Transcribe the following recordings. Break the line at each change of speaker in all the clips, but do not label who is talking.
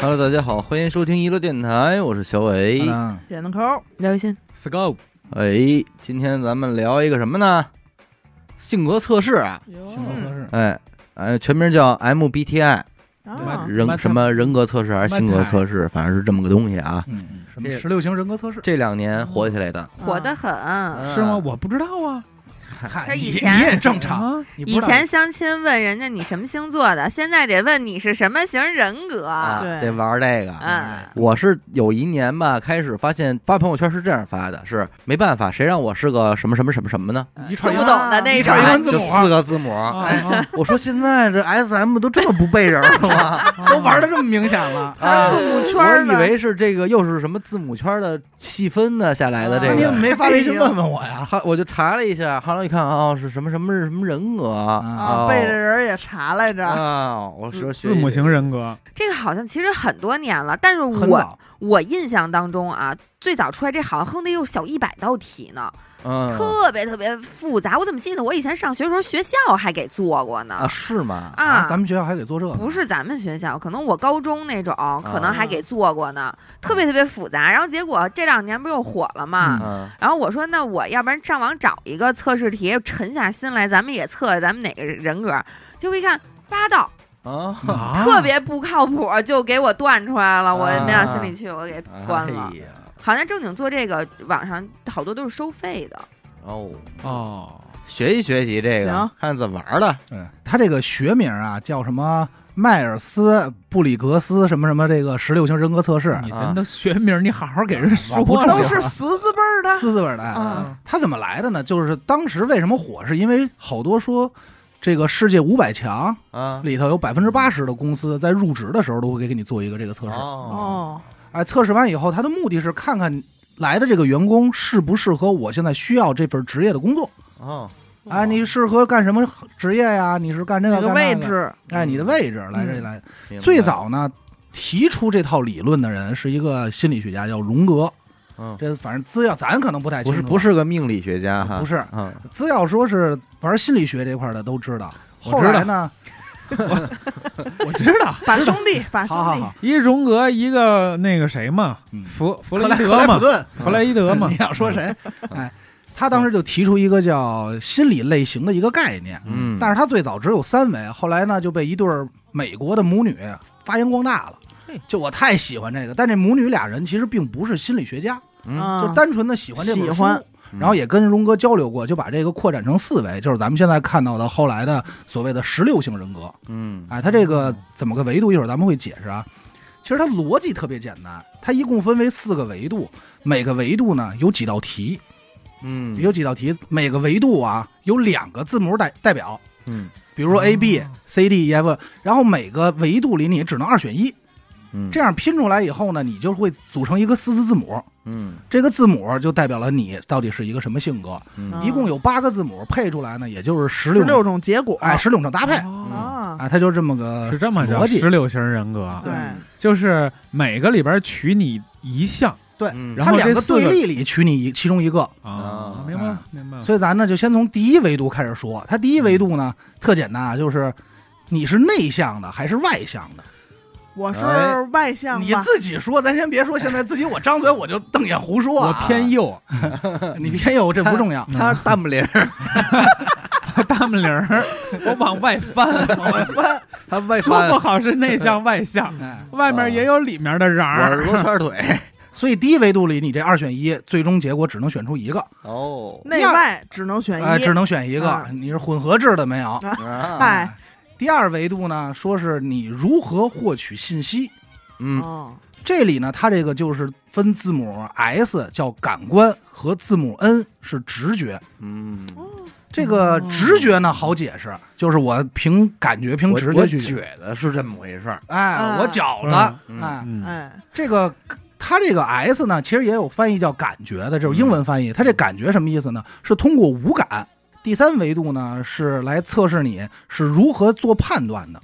Hello，大家好，欢迎收听娱乐电台，我是小伟。
嗯
点的抠，
刘雨欣，
，Scope
哎，今天咱们聊一个什么呢？性格测试啊，
性格测试，
哎，哎，全名叫 MBTI，
啊，
人什么人格测试还是性格测试，反正是这么个东西啊。
嗯，什么
这
十六型人格测试
这两年火起来的，
火得很。
是吗？？我不知道啊，
他
他
以前
你也正常，
啊
你不
以
知道
前相亲问人家你什么星座的，现在得问你是什么型人格。
啊，
对
得玩这个。
啊哎
嗯，
我是有一年吧，开始发现发朋友圈是这样发的，是没办法，谁让我是个什么什么什么什么呢？
一
听
串
不懂的那
一
种
串。英文字
就
母
四个字母。
啊啊
我说现在这 S M 都这么不背人了 吗？
啊都玩的这么明显 了，
啊，
字母圈
我
儿
以
呢
为是这个又是什么字母圈的细分呢下来的
啊
这
那你怎么
个。
没发微信问问我
啊
呀？
好，我就查了一下，后来一看，哦，是什么什么什么人格
啊
啊，背着人也查来着，
啊，我说学
字母型人格，
这个好像其实很多年了，但是
很
我
早，
我印象当中啊，最早出来这好像哼得有小一百道题呢，
嗯
特别特别复杂。我怎么记得我以前上学的时候学校还给做过呢？
啊是吗？
啊
咱们学校还给做这个，
不是咱们学校，可能我高中那种，可
啊
能还给做过呢，特别特别复杂。然后结果这两年不又火了嘛，
嗯
嗯
然后我说那我要不然上网找一个测试题，沉下心来，咱们也测咱们哪个人格。结果一看八道，
啊，
啊，
特别不靠谱，就给我断出来了，我
啊
没往心里去，我给关了
哎。呀
好像正经做这个，网上好多都是收费的，
哦，
哦，
学习学习这个
行，
看怎么玩的。
嗯，他这个学名啊叫什么？迈尔斯布里格斯什么什么这个十六型人格测试，
你真的学名，你好好给人说
我不重
都
要
是十字辈儿的，
斯字本的。
啊
它怎么来的呢？就是当时为什么火，是因为好多说这个世界五百强
啊
里头有百分之八十的公司在入职的时候都会给你做一个这个测试。
哦
哦，
哎，测试完以后，它的目的是看看来的这个员工适不适合我现在需要这份职业的工作。
哦，
哎，你适合干什么职业呀？你是干这
那
个
个
干
位
那？
置，
哎，你的位置来这
嗯
来。
明白
最早呢，提出这套理论的人是一个心理学家，叫荣格。
嗯
这反正资料咱可能不太清
不
楚
是，不是个命理学家哈，
不是
嗯
资料说是玩心理学这块的都知道。
我知道
后来呢，
我知 道，
把兄弟，把兄
好好
弟
好，
一荣格，一个那个谁嘛
嗯，
弗弗
克
雷
莱克
德
莱普
嘛，
顿，
弗莱伊德嘛
你，想说谁？哎，他当时就提出一个叫心理类型的一个概念，
嗯，
但是他最早只有三维，后来呢就被一对儿美国的母女发扬光大了
嘿。
就我太喜欢这个，但这母女俩人其实并不是心理学家，
嗯
啊
就单纯的喜欢这本书
喜欢
嗯
然后也跟荣格交流过，就把这个扩展成四维，就是咱们现在看到的后来的所谓的十六型人格。
嗯
哎，它这个怎么个维度？一会儿咱们会解释啊。其实它逻辑特别简单，它一共分为四个维度，每个维度呢有几道题，
嗯
有几道题，每个维度啊有两个字母代代表，
嗯
比如说
哦
A、B、C、D、E、F，然后每个维度里你只能二选一，
嗯
这样拼出来以后呢，你就会组成一个四字字母，
嗯
这个字母就代表了你到底是一个什么性格。
哦
嗯
啊
一共有八个字母配出来呢，也就是十
十
六
六种结果，
哎十六种搭配
哦
啊，
啊，它就这么个
是这么叫
逻辑
十六型人
啊
格，
对，
嗯
就是每个里边取你一项
对，
嗯
然
它
后
两
这
个
四
对
个
立里取你一其中一个，
啊
啊，明白了明白了，
所以咱呢就先从第一维度开始说。它第一维度呢
嗯
特简单啊，就是你是内向的还是外向的，
我是
哎
外向
你
吧，
自己说，咱先别说现在自己，我张嘴我就瞪眼胡说
我
啊，
偏右，，
你偏右这不重要
他
大木林，
大木铃儿，我往外翻，
往外翻，
他外
说
翻
不，好是内向 外向，
哎
外面也有里面的瓤
我
儿，
是罗圈腿。
所以第一维度里你这二选一，最终结果只能选出一个，
哦，
内外只能选
哎，
一
只，能选一个
啊，
你是混合制的没有？
哎，
哎，
第二维度呢，说是你如何获取信息。
嗯
哦，
这里呢，它这个就是分字母 S 叫感官和字母 N 是直觉。
嗯，
哦
这个直觉呢好解释，就是我凭感觉、凭
我
直
我
觉去
觉。得是这么回事儿。
哎，
啊
我觉得，
嗯
哎，
嗯，
哎，
这个它这个 S 呢，其实也有翻译叫感觉的，这是英文翻译。它这感觉什么意思呢？是通过五感。第三维度呢，是来测试你是如何做判断的。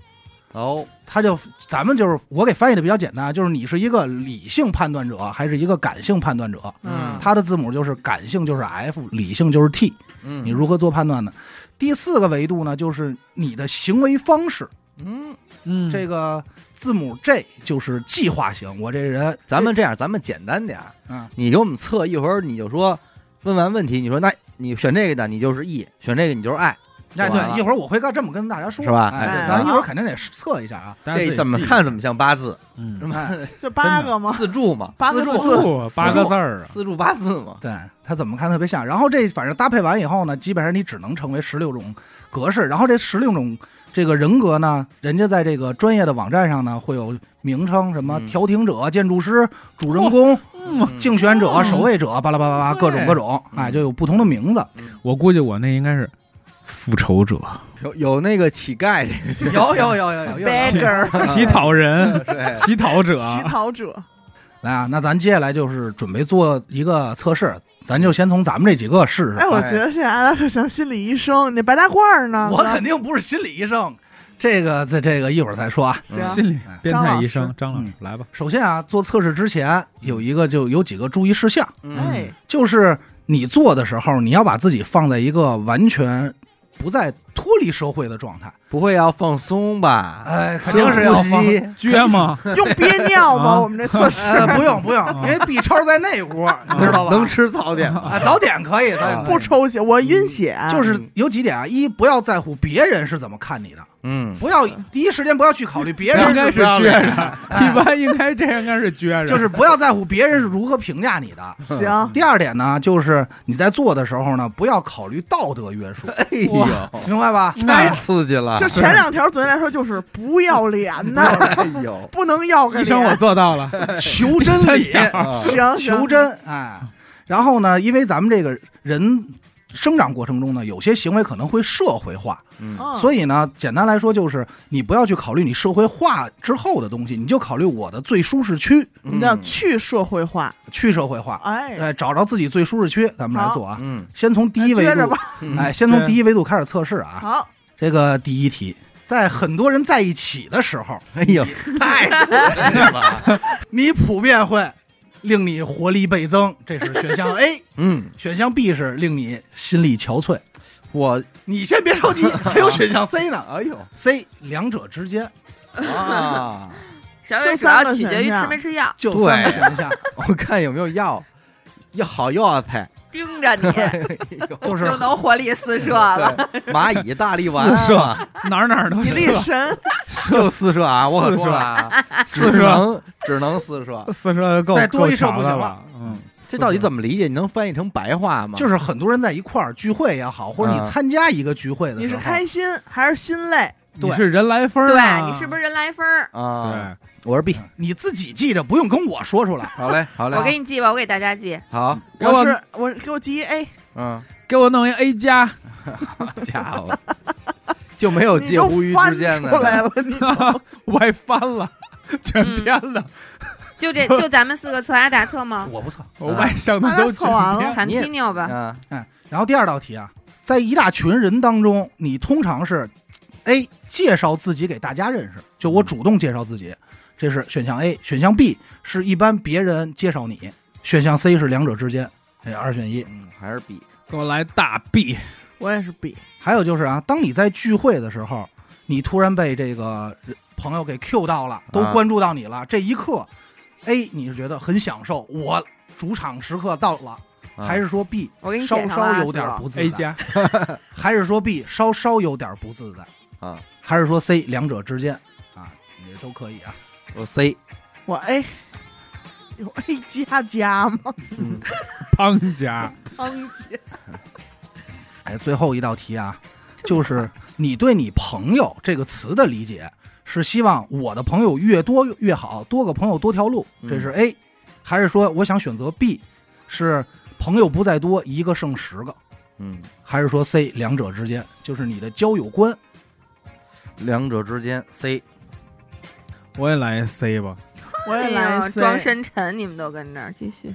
哦，
他就咱们就是我给翻译的比较简单，就是你是一个理性判断者还是一个感性判断者？
嗯，
它的字母就是感性就是 F，理性就是 T。
嗯，
你如何做判断呢？第四个维度呢，就是你的行为方式。
嗯
嗯，
这个字母 J 就是计划型，我这人
咱们这样，咱们简单点儿，
嗯，
你给我们测一会儿，你就说问完问题，你说那你选这个的，你就是 E，选这个你就是 I，
那
说完了
对，一会儿我会跟这么跟大家说，
是吧
哎
哎
对咱
好
一会儿肯定得测一下啊。
大家自己
这怎么
记？
看怎么像八字，什
嗯，
么
哎
这八个吗？
四柱嘛，
八个
四柱
字
不八个字儿啊，
四柱八字嘛，
对它怎么看特别像，然后这反正搭配完以后呢，基本上你只能成为十六种格式，然后这十六种这个人格呢，人家在这个专业的网站上呢会有名称，什么
嗯
调停者、建筑师、主人公、
嗯，
嗯
竞选者、
嗯
守卫者，巴拉巴拉巴拉，
对
各种各种，哎，
嗯
就有不同的名字。
我估计我那应该是复仇者、
有有那个乞丐这个
有有有有有有。
beggar
乞讨人、
对，
乞讨者，
乞讨者，
来啊，那咱接下来就是准备做一个测试，咱就先从咱们这几个试试
哎，。我觉得现在阿达特像心理医生，那白大褂儿呢？
我肯定不是心理医生，这个在这个一会儿再说啊。
行，
心理
哎
变态医生张
老
老
师
师来吧，
首先啊，做测试之前有一个就有几个注意事项，
嗯
哎，
就是你做的时候，你要把自己放在一个完全不再脱离社会的状态。
不会要放松吧？
哎，肯定是要
深呼
放。
吸
撅吗？
用憋尿吗？
啊
我们这 测试
呃，不用不用，因为 B 超在那屋，你知道吧？
能吃早点吗？
啊，早点可以，早点可以
不抽血，我晕血，
就是有几点啊，一不要在乎别人是怎么看你的，
嗯，
不要第一时间不要去考虑别人
应该
是
是撅着，一般应该这样应该是撅着，
就是不要在乎别人是如何评价你的。
行，
第二点呢，就是你在做的时候呢，不要考虑道德约 束，
哎呦，
明白吧？
那
太刺激了！
就前两条总的来说就是不要脸呐，
哎呦，
不能要个
医生我
脸。
做到了，
求真 理，
啊
行，行
求真，哎。然后呢，因为咱们这个人生长过程中呢，有些行为可能会社会化，
嗯
嗯
所以呢，简单来说就是你不要去考虑你社会化之后的东西，你就考虑我的最舒适区，
我们
嗯
叫去社会化，
去社会化，
哎，
哎，找着自己最舒适区，咱们来
好
做啊。
嗯，
先从第一维
接着
度，
吧，嗯
嗯
哎，先从
对
第一维度开始测试啊。
好，
这个第一题，在很多人在一起的时候，
哎呦，太刺激了！
你普遍会令你活力倍增，这是哎选 项 A。
嗯，
选项 B 是令你心力憔悴。
我
你先别着 急，还有选项 C 呢。
哎 呦
C 两者之间
啊！
小
就
伟主
三
要
个
取
选
决于吃
项
没吃药，
就
对
三个选 项，
我看有没有药，要好药材， 哎
盯着你
就
就是能活力四射了。
对蚂蚁、大力丸、
四射哪儿哪儿都
你力
射，
神，
就四射啊！我可说了啊，
四射
只能只能四射。
四射够
再多一射不行
够强的
了
了，嗯，
这到底怎么理解？你能翻译成白话吗？
就是是很多人在一块儿聚会也好，或者
嗯
你参加一个聚会的时候，
你是开心还是心累？
你
对
是人来疯儿啊，
对你是不是人来疯儿？
啊，
对，
我是 B。
你自己记着，不用跟我说出来。
好嘞，好嘞，
我给你记吧，我给大家记。
好，
给我
我是我给我哎记一 A，
嗯，
给我弄一 A 加，
家伙， 就没有
你
介
都
乎于
翻
之间的
出来了， 你
我还翻了，全
嗯
编了，
就这就咱们四个测还打测 吗？
我不测。
我外向的
啊
都
那测完了
全编
喊
你也
Tino 吧，
啊，
哎，然后第二道题啊，在一大群人当中，你通常是 A 介绍自己给大家认识，就我主动介绍自己，这是选项 A。选项 B 是一般别人介绍你，选项 C 是两者之间，哎，二选一。
嗯，还是 B。
给我来大 B，
我也是 B，
还有就是啊，当你在聚会的时候，你突然被这个人朋友给 Q 到了，都
啊
关注到你了，这一刻，A 你是觉得很享受，我主场时刻到了，
啊
还是说 B
我给你写
稍
上了
稍
啊
有点
四个
不自
A
在，
加，
还是说 B 稍稍有点不自在
啊？
还是说 C 两者之间啊，也都可以啊。
我 C，
我 A 有 A 加加 吗？
嗯，
胖加，
康姐，
哎，最后一道题啊，就是你对你朋友这个词的理解是希望我的朋友越多越好，多个朋友多条路，
嗯
这是 A，、还是说我想选择 B，是朋友不在多，一个剩十个，
嗯，
还是说 C 两者之间就是你的交友观？
两者之间 C，
我也来 C 吧，
我也
哎
来
呦
C
装深沉，你们都跟这儿继续。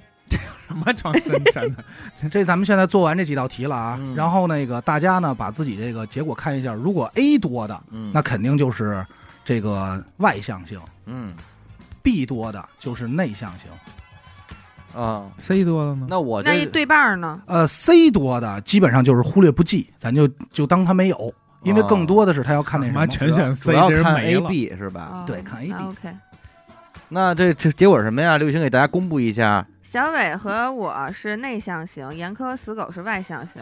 什么装深沉的，
这咱们现在做完这几道题了啊，
嗯
然后那个大家呢把自己这个结果看一下，如果 A 多的，
嗯，
那肯定就是这个外向型
嗯
；B 多的就是内向型。
啊，
C 多了呢？
那我
那一
这
对半儿呢？
呃，C 多的基本上就是忽略不计，咱就就当它没有。因
哦
为更多的是他要看那什
妈
么
全选 C，
主要
这人
看
没
A
了。
B 是
啊
吧？
对看 AB
OK，
那这这结果是什么呀？刘雨欣给大家公布一下，
小伟和我是内向型，严科死狗是外向型。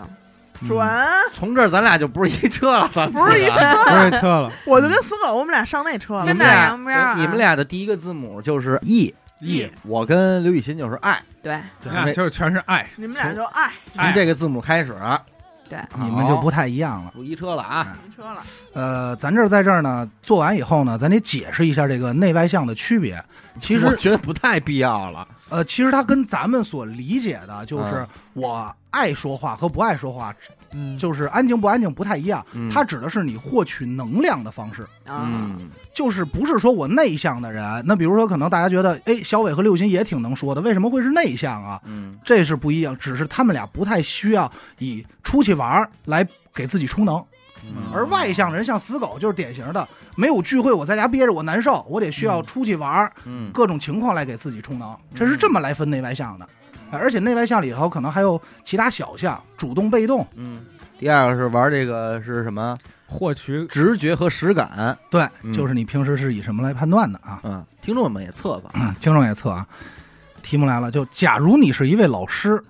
准，
从这儿咱俩就不是一车了，咱们
不是一
四个
车，
不是撤 了
我就跟死狗，我们俩上那车了
你
真。
们
的
俩
两边儿啊
你们俩的第一个字母就是 E，
，E，
我跟刘雨欣就是 I，
对，啊
咱俩就是全是爱，
你们俩就爱
从这个字母开始，啊
对
你们就不太一样了。
不一车了啊。
停车了，
呃，咱这儿在这儿呢，做完以后呢，咱得解释一下这个内外向的区别。其
我
实，
觉得不太必要了。
呃，其实它跟咱们所理解的，就是
嗯
我爱说话和不爱说话，
嗯，
就是安静不安静不太一样。
嗯
它指的是你获取能量的方式。
嗯，
嗯，
就是不是说我内向的人，那比如说可能大家觉得，哎，小伟和六星也挺能说的，为什么会是内向啊？
嗯，
这是不一样，只是他们俩不太需要以出去玩儿来给自己充能，
嗯
而外向人像死狗就是典型的，没有聚会我在家憋着我难受，我得需要
嗯
出去玩儿，
嗯
各种情况来给自己充能，这是这么来分内外向的。而且内外向里头可能还有其他小项，主动被动，
嗯。第二个是玩这个是什么？
获取
直觉和实感。
对，
嗯
就是你平时是以什么来判断的啊？
嗯，听众们也测测。
听众也测啊，题目来了，就假如你是一位老师，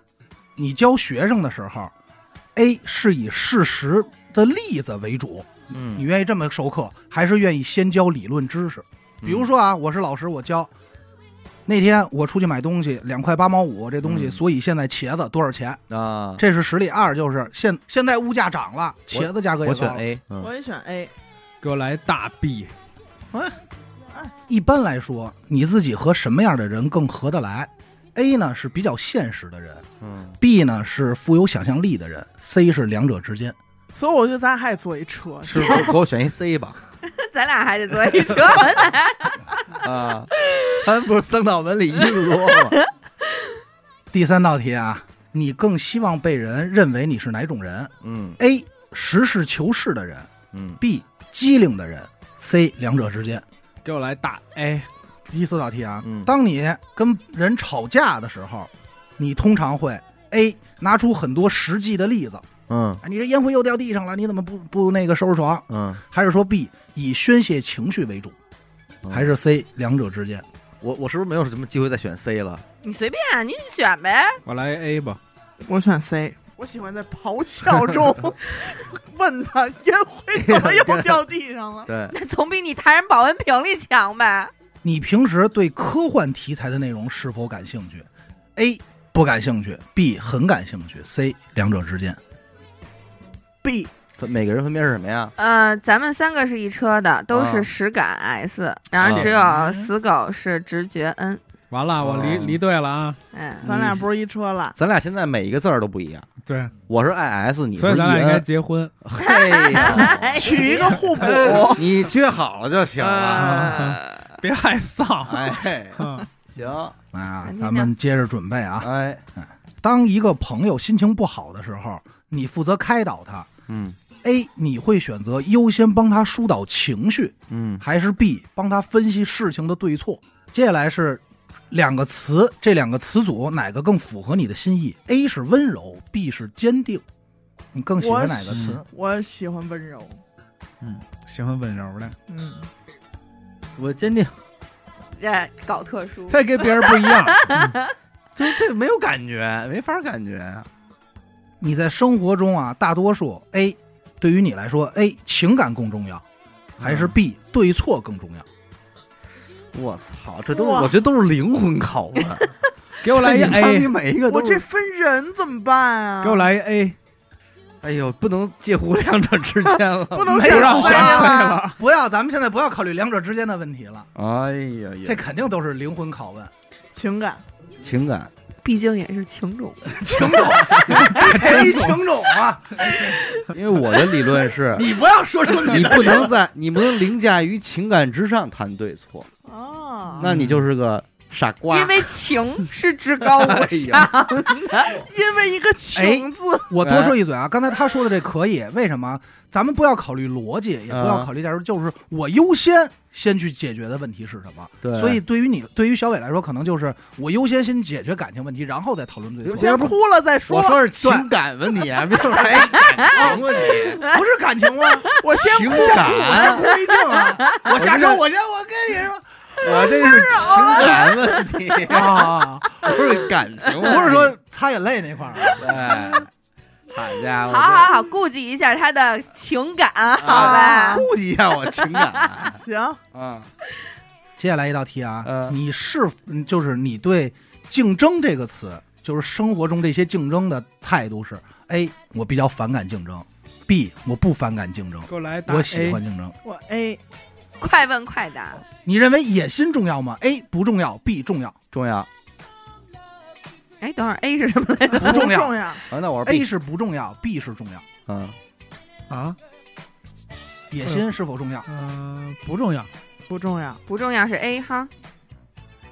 你教学生的时候，A 是以事实的例子为主，你
嗯，
愿意这么授课，还是愿意先教理论知识？比
嗯
如说啊，我是老师，我教。那天我出去买东西，两块八毛五，这东西，
嗯
所以现在茄子多少钱？
嗯啊，
这是实例。二就是现现在物价涨了，
我
茄子价格也
我
高
选
了。
A。嗯
我也选 A。
给我来大 B，
一般来说，你自己和什么样的人更合得来？A 呢是比较现实的人，
嗯，
B 呢是富有想象力的人，C 是两者之间。
所以我觉得咱俩还得坐一车。
是不是 给我选一 C 吧？
咱俩还得坐一车呢。
啊，咱不是三道门里一路多吗？
第三道题啊，你更希望被人认为你是哪种人
嗯
？A 实事求是的人
嗯，
，B 机灵的人，C 两者之间。
给我来大 A，
第四道题啊，
嗯
当你跟人吵架的时候，你通常会 A 拿出很多实际的例子，
嗯
啊，你这烟灰又掉地上了，你怎么不不那个收拾床？
嗯，
还是说 B 以宣泄情绪为主，
嗯
还是 C 两者之间？
我我是不是没有什么机会再选 C 了？
你随便，啊你选呗。
我来 A 吧，
我选 C。我喜欢在咆哮中问他烟灰怎么又掉地上 了。
对，
那总比你抬人保温瓶里强呗。
你平时对科幻题材的内容是否感兴趣？A 不感兴趣，B 很感兴趣，C 两者之间。
B
分每个人分别是什么呀？
嗯、咱们三个是一车的，都
啊
是实感 S，、然后
啊
只有死狗是直觉 N。
完了，我离
哦
离对了啊，
嗯，
咱俩不是一车了。
咱俩现在每一个字儿都不一样。
对，
我是 IS，你
所
是
以咱俩应该
EN。
结婚，
嘿 呦，
哎
取一个互补，
你撅好了就行了。
啊
呃
别害臊，
哎，
嗯
行，
啊
赶，紧
咱们接着准备啊。
哎，
当一个朋友心情不好的时候，你负责开导他。
嗯
A，你会选择优先帮他疏导情绪，
嗯
还是 B 帮他分析事情的对错？接下来是两个词，这两个词组哪个更符合你的心意？A 是温柔，B 是坚定。你更喜欢哪个词？
我喜欢温柔。
嗯，喜欢温柔 的，
嗯，
我坚定，
这搞特殊。
这跟别人不一样，
就这没有感觉，没法感觉。
你在生活中啊，大多数 A 对于你来说，A 情感更重要，还是 B 对错更重要？
我操，这都是
哇
我觉得都是灵魂拷问。
给我来一
你妈逼
A，
每一个
我
都
这
是，
分人怎么办啊？
给我，来一 A，
哎呦，不能介乎两者之间了。
不能
没
选啊
有
C
让我
谁
选 C
了。
了，
不要，咱们现在不要考虑两者之间的问题了，
哎呀呀，
这肯定都是灵魂拷 问。
情感，
情感，
毕竟也是情种。
情 种，谁情哎种啊？，
因为我的理论是
你不要说成
你不能在，你不能凌驾于情感之上谈对错，
哦，
那你就是个傻瓜，
因为情是至高无上的，
因为一个情字，
我多说一嘴啊，刚才他说的这可以，为什么？咱们不要考虑逻辑，也不要考虑价值，就是我优先先去解决的问题是什么。
对
所以对于你，对于小伟来说，可能就是我优先先解决感情问题，然后再讨论对错，
先哭了再
我
说。
说是情感问题啊，没有来感情问题，
不是感情吗？
我先
情
哭，
我先
感，
哭为敬啊！我下周我先我跟你说。
我这是情感问 题，
啊，
不是感情问题，
不是说擦眼泪那块儿啊，
哎， 好家伙，
好好好，顾及一下他的情感，
这，
好
啊
吧？
顾及一下我情感，
行，
嗯，
接下来一道题啊，
嗯
你是嗯就是你对“竞争”这个词，就是生活中这些竞争的态度是：A. 我比较反感竞争；B. 我不反感竞争，
给我来打
我喜欢竞争。
我 A
快问快答，
你认为野心重要吗？A 不重要，B 重要。
重要啊，
哎，等会儿 A 是什么 来着？
不重要
重要，
那我是
A
B，
是不重要，B 是重要。
嗯，
啊，
野心是否重要？
嗯，不重要，
不重要。
不重要是 A 哈。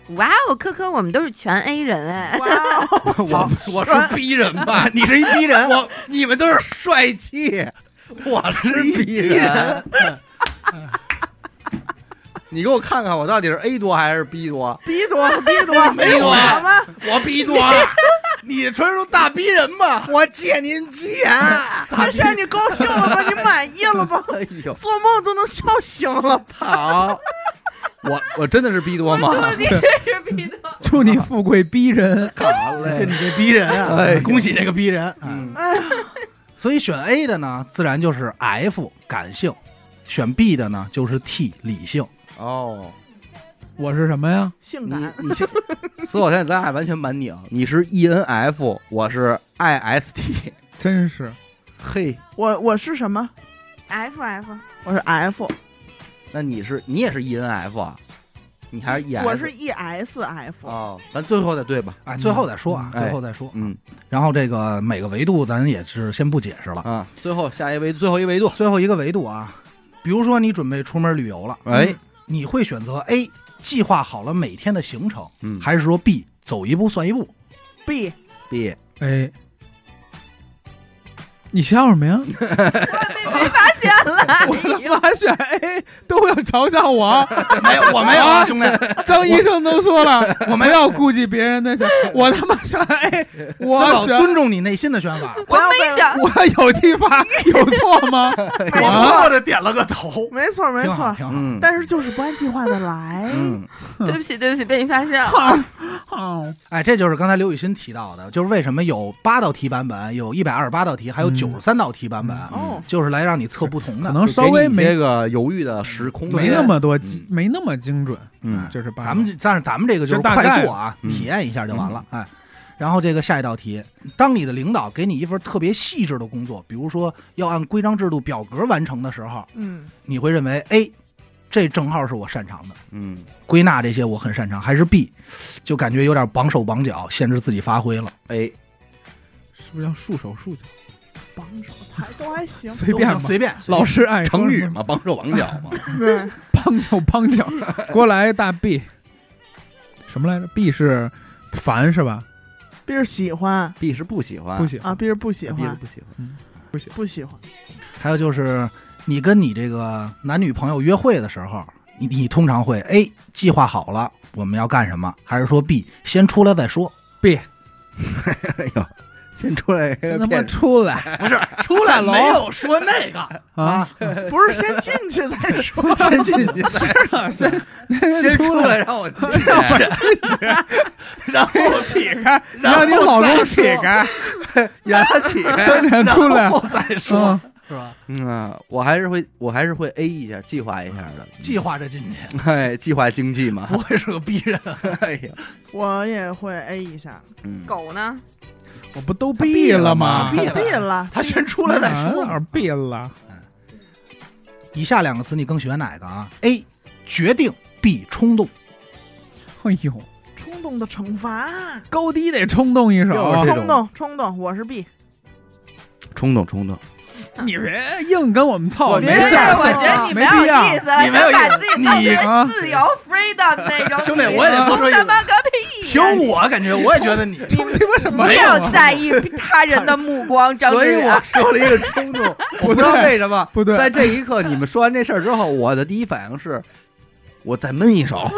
哇哦，科科，我们都是全 A 人哎，
哇哦，
我我是逼人吧， 你是一逼人，我你们都是帅气，我是逼人。 你给我看看，我到底是 A 多还是 B 多？
逼多逼多，
没有啊
什么？
我 B 多，
你纯属大逼人吧！
我借您吉言。
这现在你高兴了吗？你满意了吗？
哎呦，
做梦都能笑醒了，
好，我我真的是 B 多吗？
你这是 B 的。
祝你富贵逼人。
好
这
嘞，
你这逼人啊！
哎呦
恭喜这个逼人啊！
嗯，
所以选 A 的呢，自然就是 F 感性；选 B 的呢，就是 T 理性。
哦，
我是什么呀？
性
你
感。
你先，所以我现在咱俩完全满拧，你是 ENF，我是 IST，
真是
嘿，
我我是什么？
F F，
我是 F，
那你是你也是 ENF 啊？你还是 ES？
我是 E S F。
哦，咱最后再对吧？
哎，最后再说啊，
嗯
最后再说。
嗯
然后这个每个维度咱也是先不解释了。
啊，最后下一维最后一维度，
最后一个维度啊，比如说你准备出门旅游了，嗯
哎，
你会选择 A 计划好了每天的行程，
嗯还
还是说 B 走一步算一步？
B
B，
哎，你笑什么呀？
被被发现了。哎
我还选 A，都要嘲笑我。
没有，我没有啊，兄弟，
张医生都说了，我们要顾及别人的想，我他妈选 A，
思
我
考
选
尊重你内心的选法。
我
要被
没想，
我有计划，有错吗？
我默默的点了个头，
没错没
挺好，
错，
挺好。
嗯，
但是就是不按计划的来。
嗯
对不起对不起，被你发现了。哦
好，好，
哎，这就是刚才刘雨欣提到的，就是为什么有八道题版本，有一百二十八道题，还有
嗯
九十三道题版本，
嗯
哦，
就是来让你测不同
可
的。
能稍微
这
没
个犹豫的时空，
没那么哎多精，没那么精准，
嗯
就是八
咱们这，但是咱们这个就是
这大概嗯
快做啊，
嗯
体验一下就完了。哎，然后这个下一道题，当你的领导给你一份特别细致的工作，比如说要按规章制度表格完成的时候，
嗯，
你会认为 A，这正好是我擅长的，
嗯，
归纳这些我很擅长，还是 B，就感觉有点绑手绑脚，限制自己发挥了。
哎，
是不是叫束手束脚？。
榜首还都还行
随便
都
吧
行，随便，
老师爱说
成语
什么
嘛，帮手绑脚嘛，
对，
帮手帮脚，给我来大 B，什么来着？B 是烦是吧？
B 是喜欢
B 是不喜欢，
不喜
啊
欢，
，B 是不喜
B 是
欢，
不喜欢，
不喜 欢。
还有就是，你跟你这个男女朋友约会的时候，你你通常会 A 计划好了我们要干什么，还是说 B 先出来再说？
哎呦，先出来
先
骗
他妈
人
出来
不是出
来
哦
没
有说那个，
啊！
不是先进去再说，
先进去，
是啊，先
先
出
出 来，让我进去，
然后
起开，让你老公起开，
让他起开。
快点出来。
再说，
嗯，
是吧？
嗯啊，我还是会，我还是会 A 一下，计划一下的，
计划着进去，
哎，计划经济嘛
不，会是个逼 人。
哎呀，
我也会 A 一下。
嗯，
狗呢？
我不都毕了吗？
啊
毕
B 了，
他先出来再说
哪
嘛。
儿毕了？
以下两个词，你更喜欢哪个啊？A 决定，B 冲动。
哎呦，
冲动的惩罚，
高低得冲动一手
哦
哦
又是这种
啊，
冲动冲动，我是 B，
冲动冲动，
你别硬跟我们
我
凑，
没
不是，
事儿
我觉得你
没
没有
必要
意思了，
你没有意思
把自己当
你
啊
成自由 freedom 那种。
兄弟我也得多说
冲
一句
他妈个屁呀！
凭我感觉，我也觉得 你，
冲鸡巴什
不
么呀？
要在意他人的目光，张
所以
志
我
远。
说了一个冲动，我不知道为什么，
不对
在这一刻你们说完这事儿之后，我的第一反应是，我再闷一手，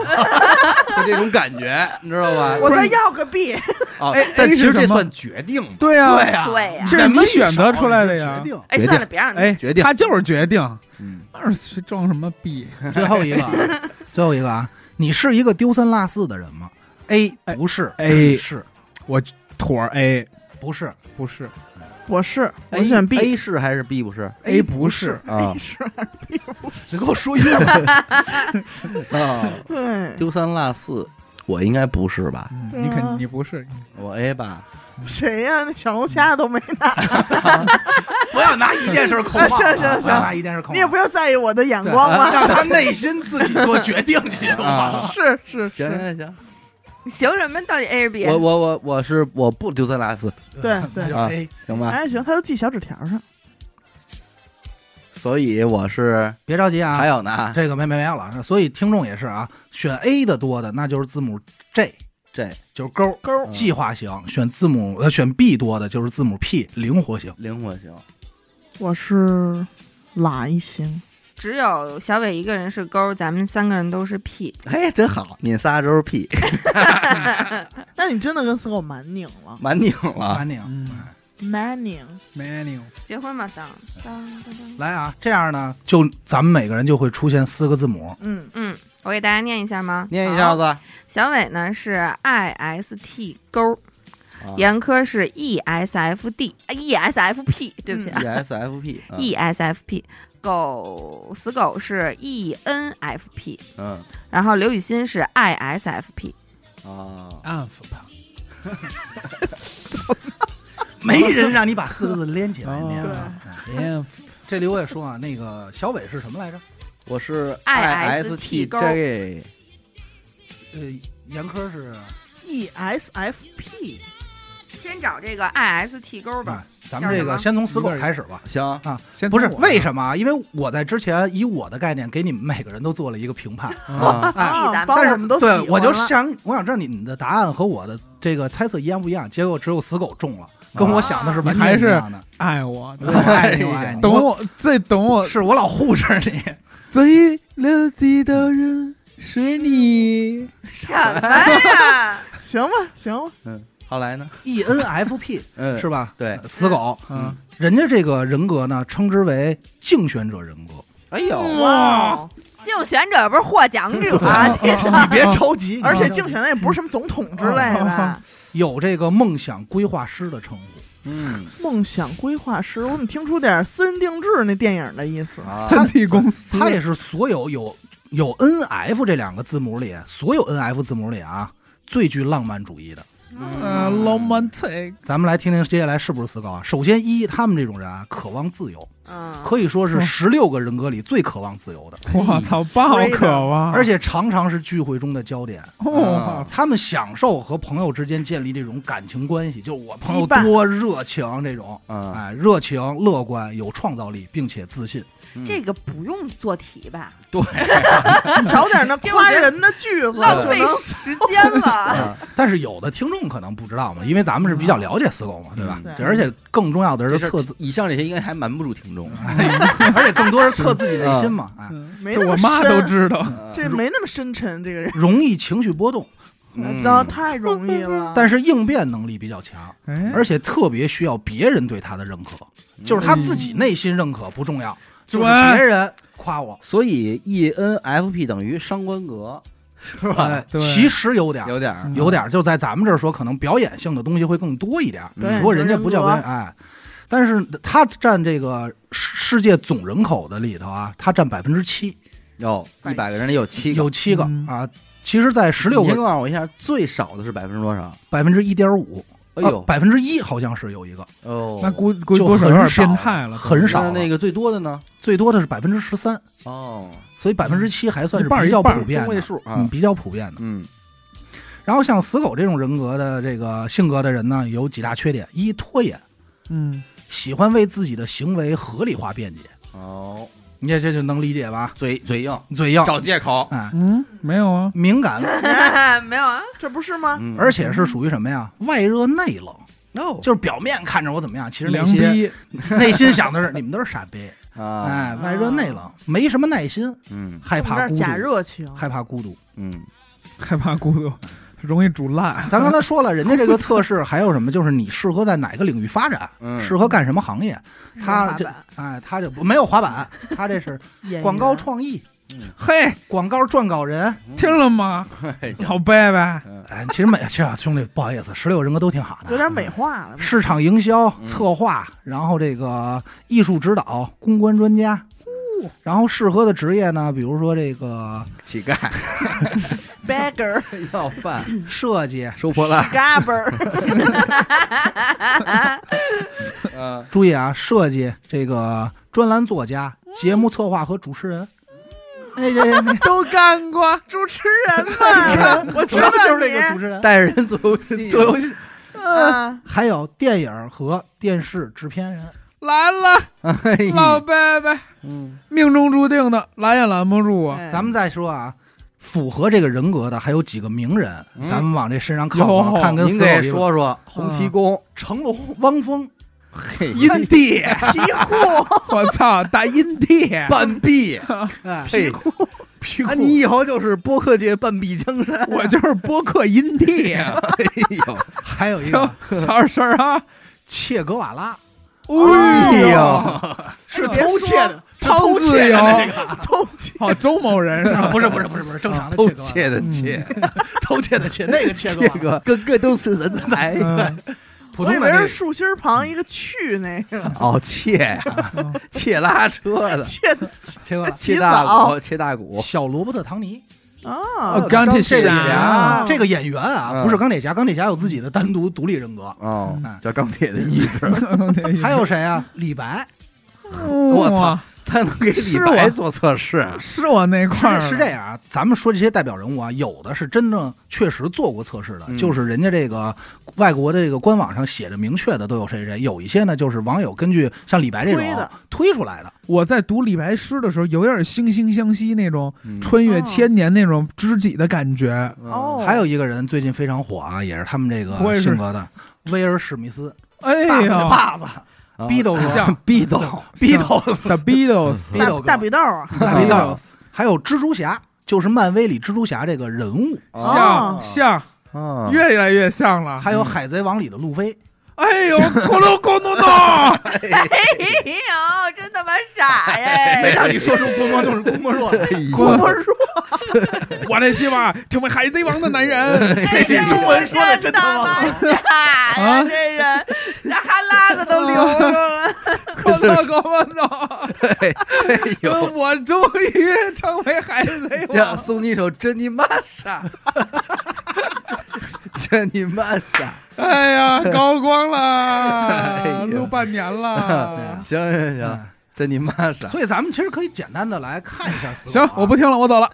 就这种感觉，你知道吧？
我再要个币，
哦
哎，
但
哎
其实
是什
这
么
算决定嘛，
对啊呀，
哎对呀，啊
对呀
这是你选择出来的呀
啊决定
决
哎，
定
算了，别让
哎，
决定
他就是决定，
嗯，
那是装什么逼？
最后一个啊， 最后一个啊，你是一个丢三落四的人吗？A
哎
不是
A
是
妥儿 A
哎不是
不是
我是我选 B，
嗯 A 是还是 B 不是
A 不是，
啊
哎是
你给我说晕了。
啊？
对，
丢三落四，我应该不是吧？
嗯
对啊
你肯你不是，
我 A 吧？
谁呀？那小龙虾都没拿，
哦
不要拿一件事扣
啊行行行
不要拿一件事扣帽。啊
你也不要在意我的眼
对
光啊嘛。
让他内心自己做决定去
啊，
是是
行
是，
行行，
行什么？到底 A 是 B？
我我我我是我不丢三落四，
对对
那就
啊
A，
行吧？
哎，行，他都记小纸条上。
所以我是
别着急啊，
还有呢
这个没没没有了。所以听众也是啊，选 A 的多的，那就是字母 J，
这
就是勾勾
嗯
计划型；选字母呃选 B 多的，就是字母 P 灵活型。
灵活型，
我是懒一型，
只有小伟一个人是勾，咱们三个人都是 P。
哎，真好，你仨都是 P，
那你真的跟死狗蛮拧 了，
蛮拧了。
安宁、
嗯
蛮拧。
，menu
结婚吧，当当当当。
来啊，这样呢，就咱们每个人就会出现四个字母。
嗯，
嗯，我给大家念一下吗？
念一下子，啊
小伟呢是 I S T 勾，
啊
严科是 E S F D E S F P，对不起
，E
啊、
ESFP，嗯
e S F P。狗死狗是 E N F P，
嗯
然后刘雨欣是 I S F P。
啊，
安抚他，
没人让你把四个字连起来
哦
念啊。 嗯
安抚
这里我也说啊，那个小伟是什么来着？
我是
ISTJ
ISTJ，
呃，严科是
E ESFP，
先找这个 I S T 勾吧
嗯
啊。，咱们这
叫什
个
么
先从死狗开始吧。
行，
先
不是
从我
为什么啊？因为我在之前以我的概念给你们每个人都做了一个评 判，
啊
哎，
咱
啊，
们
把
但是
我们都
对
喜
我
欢
就
了。
想，我想知道你们的答案和我的这个猜测一样不一样。结果只有死狗中了，跟我想的是完
啊
全不一样的。
爱我的，
我爱你，我爱你，
懂我最懂我
是我老护着你。
最了解的人是你。
什么呀？
行吧，行吧，
嗯，后来呢？
E N F P
嗯，
是吧？
对，
死狗，
嗯，
人家这个人格呢，称之为竞选者人 格。
哎
嗯
呦，
哇！
竞哦选者不是获奖者
啊
吗？这是
啊
你别着急，
而且
你知道吗
竞选的也不是什么总统之类的
哦
啊，
有这个梦想规划师的称呼。
嗯
梦想规划师，我怎么听出点私人定制那电影的意思？
啊，
三 D 公司，
他也是所有有有 N F 这两个字母里，所有 N F 字母里啊，最具浪漫主义的。
呃浪漫菜，
咱们来听听接下来是不是死狗啊？首先一，他们这种人啊，渴望自由，
嗯，
可以说是
嗯
十六个人格里最渴望自由的，
我操，爆渴望，
而且嗯常常是聚会中的焦点。
嗯
哦
啊
他们享受和朋友之间建立这种感情关系，就是我朋友
羁绊
多热情这种，
啊，
哎，热情、乐观、有创造力，并且自信。
嗯
这个不用做题吧？
对，
找点那
这我
夸
觉得
人的句子，
浪
就
费
能
时间了。
啊
但是有的听众可能不知道嘛，因为咱们是比较了解死狗嘛，对吧
嗯？
对
而且更重要的
这
是
事儿嗯
测自，
以上这些应该还瞒不住听众，
而且更多是 测自己内心嘛，哎，
嗯
没
这
那么
我妈
深
都知道，
这没那么深沉，这个人，
容易情绪波动，
嗯
然后太容易了。
但
是
是应变能力比较强，
哎，
而且特别需要别人对他的认可，
嗯
就是他自己内心认可不重要，就是别人夸我，
所以 E ENFP 等于伤官格，是吧
哎？
对
其实有点儿
有点儿，
有点儿就在咱们这儿说，可能表演性的东西会更多一点
嗯
儿。
对
不过人家
就是
不叫
人
表
格
演，哎，但是他占这个世世界总人口的里头啊，他占百分之七，
有一百个人里有七个，
有七个
嗯
啊。其实，在十六
你先
个
告诉我一下，最少的是百分之多少？
百分之一点五，啊
哎呦，
百分之一好像是有一个，
哦，
那估估计
就
多少有点
很少
变态了，
很少
那
了
那个最多的呢？
最多的是百分之十三，
哦，
所以百分之七还算是
嗯一半儿
比较
一半儿
普遍
中位
的，
数
嗯，
啊，
比较普遍的。
嗯
然后像死狗这种人格的这个性格的人呢，有几大缺点：一拖延，
嗯，
喜欢为自己的行为合理化辩解，
哦，
你这这就能理解吧？
嘴嘴硬，
嘴硬，
找嗯借口，
哎，
嗯，没有啊，
敏感，
没有啊，
这不是吗？
嗯
而且是属于什么呀？外热内冷，
no
就是表面看着我怎么样，其实内
凉
心
逼，
内心想的是你们都是傻逼，
啊，
哎，外热内冷，没什么耐心，
嗯
害
我
怕
们这
孤
儿假
独，
热情，
害怕孤独。
嗯，
害怕孤独，容易煮烂。
咱刚才说了，人家这个测试还有什么？就是你适合在哪个领域发展，
嗯
适合干什么行业？他
这
这哎，他就不没有滑 板，他这是
演
广告
员
创意、
嗯
嘿，
广告撰稿人。
听了吗，老贝贝？
哎，其实每其实啊，兄弟，不好意思，十六人格都挺好
有
的。
点美化了。
市场营销、
嗯
策划，然后这个艺术指导、公关专家，
哦
然后适合的职业呢，比如说这个
乞丐
beggar
要饭，
嗯
设计。
收破烂，
gabber
嗯
注意啊，设计这个专栏作家、节目策划和主持人。哎，这这
都干过主持人嘛，我知
主要
道
就是这个主
你。
持人。
带着人做 游戏，
做游戏，
嗯，
还有电影和电视制片人，
来了，
哎呀
老贝贝，
嗯
命中注定的，拦也拦不住啊。
哎
咱们再说啊，符合这个人格的还有几个名人，
嗯
咱们往这身上靠靠，
哟
看跟
您
死
给
有一个
说说洪七公，
成龙、汪峰、
嘿，
阴蒂，
皮裤，
我操，大阴蒂，啊
半壁，
哎
屁股，屁股，你以后就是播客界半壁江山。
我就是播客阴蒂啊。
哎呦，
还有一
听
个
小点声啊！
切格瓦拉，
哦
哎
哎
呦，
呦，
是
偷窃的，啊
汤自由，
偷窃。
哦，周某人是吧？
不是不是不是不是正常的
偷
啊切格瓦拉，
窃的窃，
嗯 偷窃的窃，那个切
这
格瓦
个
拉，
个个都是人才。
嗯
啊普
我以
通
为
的
是
这
竖心旁一个去那个，
哦，切呀，
嗯
切拉车 的，
切
切格瓦 拉，
切大骨，切大骨，
小罗伯特·唐尼，哦
啊，
钢铁
这个
侠
侠，这个演员啊，
嗯
不是钢铁侠，钢铁侠有自己的单独独立人格。
哦
嗯，
叫钢铁的意志，
嗯哎
还有谁啊？李白，
我
操， 他能给李
是
白
我
做测试，
嗯
啊
是我那 块儿
是是这，样啊，咱们说这些代表人物啊，有的是真正确实做过测试的，
嗯
就是人家这个外国的这个官网上写着明确的都有谁谁，有一些呢就是网友根据像李白这种
推的
推出来的，
我在读李白诗的时候，有点惺惺相惜那种
嗯
穿越
哦
千年那种知己的感觉。
哦，
嗯还有一个人最近非常火啊，也是他们这
我
个
也是
性格的威尔史密斯，
哎
大嘴
呀
巴子，
哦
逼斗
像哎
哥，
逼斗，
逼斗，
，The
嗯
Beatles，
逼
大
斗
大
哥，
笔豆啊，
大逼斗，还有蜘蛛侠，就是漫威里蜘蛛侠这个人物，
哦
像像
像
越来越像了。
还有海贼王里的路飞，
哎 呦，咕噜咕噜的，
没有，哎真他妈傻 呀！
没让你说出郭沫 若是郭沫若
哎
来。
郭 沫
若，
我这希望成为海贼王的男人。
哎
这人
中文说得真他
他
妈
妈傻呀！这人，这哈喇子都流出来了。
哎咕噜咕噜
哎
的，
呦，
我终于成为海贼
这
王。
送你一首《真你妈傻》，真你妈傻。
哎 呀，高光
哎
了，
呦哎
录半年了。
行行
嗯
行，真你妈傻。
所以咱们其实可以简单的来看一下死狗
行
啊、，
我不听了，我走了。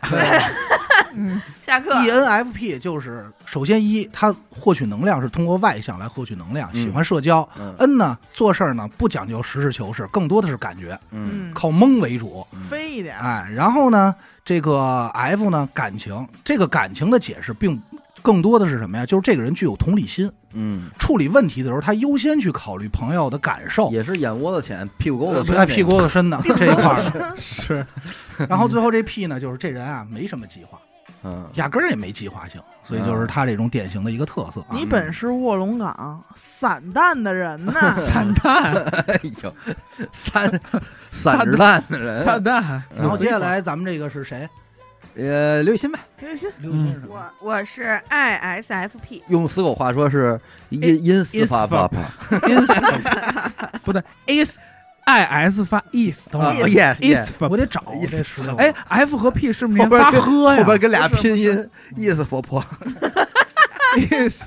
下课，
E ENFP 就是首先一，他获取能量是通过外向来获取能量，
嗯
喜欢社交。
嗯
N 呢，做事儿呢不讲究实事求是，更多的是感觉，
嗯，
嗯，
靠蒙为主。
飞一点，
哎，然后呢，这个 F 呢，感情，这个感情的解释并更多的是什么呀？就是这个人具有同理心，
嗯，
处理问题的时候，他优先去考虑朋友的感受，
也是眼窝子浅，屁股沟
哦呃
子
不
深
在
那个，
屁股子 深的 这一块儿。
是，，
然后最后这 P 呢，就是这人啊没什么计划，
嗯，
压根儿也没计划性，所以就是他这种典型的一个特色啊。
你本是卧龙岗散淡的人呐
散弹，
哎呦，散散着烂的
散
人，
弹。
然
啊
后接下来咱们这个是谁？
呃，刘雨欣吧，
开心
刘雨欣是什么？
我我是 ISFP，
用死狗话说是因因死发发吧
is 不对，is i s 发 is
等会儿
啊，yeah
is
yeah，
发
我。得找
意思
哦这石头。
哎，，f 和 p 是不是
后
连
边
发
跟
喝
后边
哎呀
跟俩
不是
拼音，意思佛婆，
？is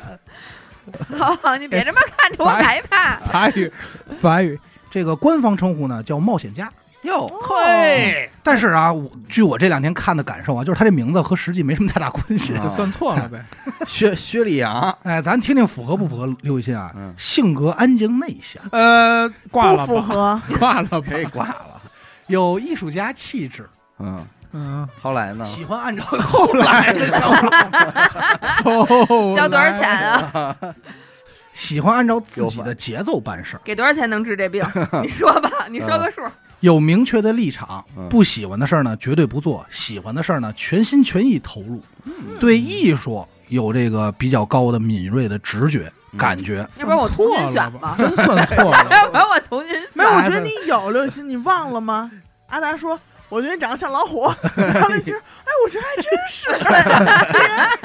哦，你别这么看着我害怕。
法语，法语
这个官方称呼呢叫冒险家，
哟，
嘿，
但是啊，我据我这两天看的感受啊，就是他这名字和实际没什么太大关系。
就算错了呗。
薛薛里阳，
哎，咱听听符合不符合刘雨欣啊？
嗯
性格安静内向，
呃，挂
不
了
符
吧，
合，
挂了吧。
可以挂了。
有艺术家气质，
嗯，
嗯，
后来呢？
喜欢按照 后来的想法，
哦
交多少钱？啊？
喜欢按照自己的节奏办事儿，
给多少钱能治这病？你说吧，你说个数。
有明确的立场
嗯，
不喜欢的事儿呢绝对不做，喜欢的事儿呢全心全意投入，对艺术有这个比较高的敏锐的直觉
嗯
感觉。
要不然我重新选吧
吧，真算错 了。
要不然我重新
没有，
算。
我觉得你有刘雨欣，你忘了吗？阿达说，我觉得你长得像老虎。 然后刘雨欣说，哎，我觉得还真是，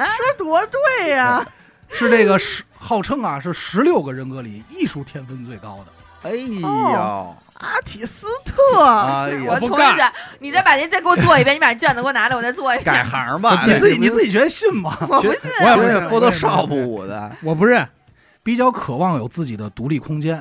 哎说多对呀。
是这个十号称啊是十六个人格里艺术天分最高的。
哎呦
哦，阿体斯特，
哎呦
啊我，重新选，你再把这再给我做一遍，你把卷子给我拿来，我再做一
改
遍。
行吧，
你自己你自己觉得信吗？
我不信，
我也不
是
认，
Photoshop 舞的，
我不认。
比较渴望有自己的独立空间，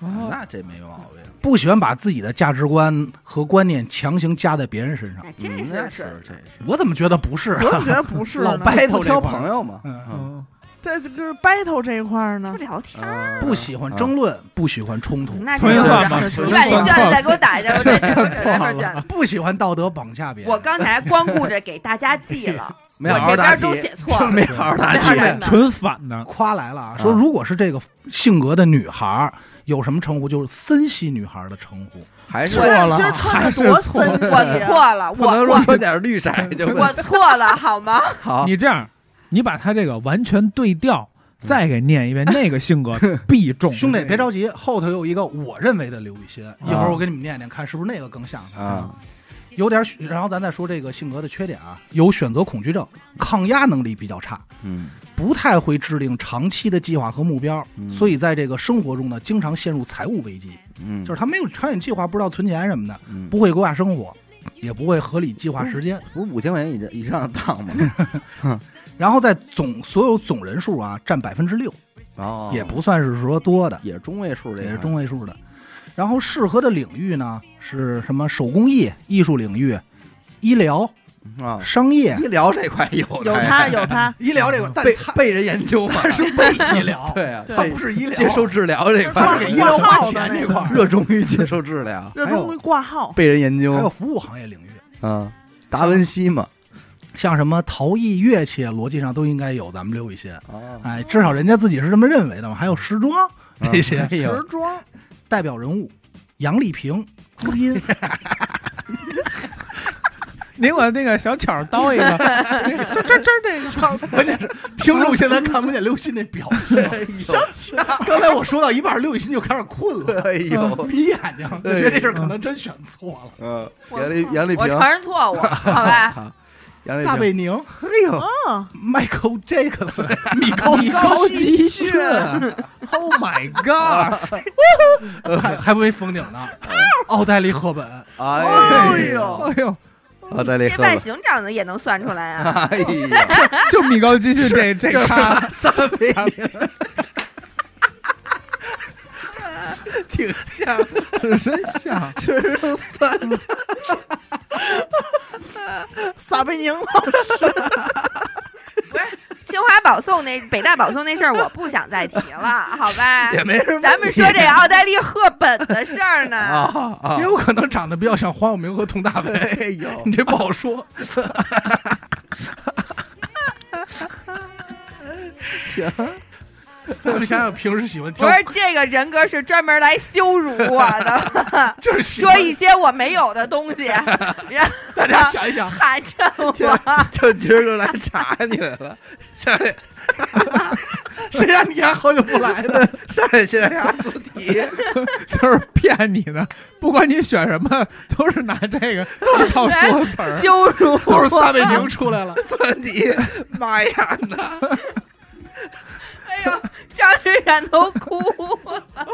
哦，
那这没毛病。
不喜欢把自己的价值观和观念强行加在别人身上。
哎这
嗯
是
那
是
是这是
我怎么觉得不是？
我怎么觉得不是
老
呢？
白头
不挑朋友啊嘛，
嗯，
嗯
在这个 battle 这一块儿
不
呢，
聊天儿。
嗯
不喜欢争论，不喜欢冲突，
那
重
这
新
就
算
是
吧，
是
重
你
新
把你
算
卷子再
错了
给。我打一下，我再卷子来份卷子。
不喜欢道德绑架别人。
我刚才光顾着给大家记了，
没好
我
好
这
答
边
题，
都写错 了，
没好好答
没好
题
好。答
纯反的，
夸来了啊，
啊
说如果是这个性格的女孩儿，有什么称呼？就是森系女孩儿的称呼。
还是
错了
今儿穿的
还
多
是错
森
了
我
气啊！
错了，
不能
我
说
我
有点绿色就不
我错了，好吗？
好。
你这样，你把他这个完全对调，再给念一遍，那个性格必中。
兄弟，别着急，后头有一个我认为的刘雨欣，一会儿我给你们念念，看是不是那个更像她。
啊，
有点选，然后咱再说这个性格的缺点啊，有选择恐惧症，抗压能力比较差，
嗯，
不太会制定长期的计划和目标，
嗯
所以在这个生活中呢，经常陷入财务危机，
嗯，
就是他没有长远计划，不知道存钱什么的，
嗯
不会规划生活，也不会合理计划时间。
不是五千块钱以以上的当吗？
然后在总所有总人数啊，占百分之六，
哦
也不算是说多的，
也是中位数这
也
个，
是中位数的。然后适合的领域呢是什么？手工艺、艺术领域、医疗、
啊。
商 业。
医疗这块有
有
哎
他有他，
医疗这块，但
被
他
被人研究嘛， ，
他是为医疗
对啊，
对
他
被
不是医疗，
接受治疗这块
他
儿，
是给医疗花
挂
钱
号的
这块 儿，
热衷于接受治疗，
热衷于挂号，
被人研究
还有服务行业领域，
嗯，达文西嘛，
像什么陶艺、乐器，啊逻辑上都应该有咱们留一些。
哦，
哎，至少人家自己是这么认为的嘛。还有时装这些
哎呦
时装
代表人物，杨丽萍、朱茵，
您给我那个小巧儿刀一个，这这这这个巧，
关键是 听众现在看不见刘雨欣那表情。
小巧，
哎 刚才我说到一半，刘雨欣就开始困 了，
哎呦，
眯眼睛，就觉得这事儿可能真选错了。
嗯，
我
杨丽杨丽
我
萍
承，认错误，好吧？
杨丽
撒
萍，
贝宁、
哎呦，
嗯，
Michael Jackson、米 高米
高
基
级逊，Oh my God！
还还不没封顶 呢。奥黛丽·赫本，
哎
哎呦
哎呦，
啊，在这
这
喝
外
了，
形长得也能算出来啊！
哎呦，
就米高基逊这这咖，
撒贝宁，挺像，
真像。
确实能算，
撒贝宁了，
清华保送那北大保送那事儿，我不想再提了，好吧？
也没人问
咱们说 这个奥黛丽·赫本的事儿呢，
啊啊
也，有可能长得比较像黄晓明和佟大为。
哎呦，
你这不好说，
行，
咱们想想平时喜欢
不
挑，
是这个人格是专门来羞辱我的，
就是喜欢
说一些我没有的东 西，然后
大家想一想，
喊着
就
我。
就今儿就来查你来了，下来
谁让你家好久不来的？
下来现在俩做题，
就是骗你的，不管你选什么，都是拿这个 一套说词儿。
羞辱
都是撒
我！
贝宁 出来了，
做题，妈呀的，
哎呦，张志远都 哭了。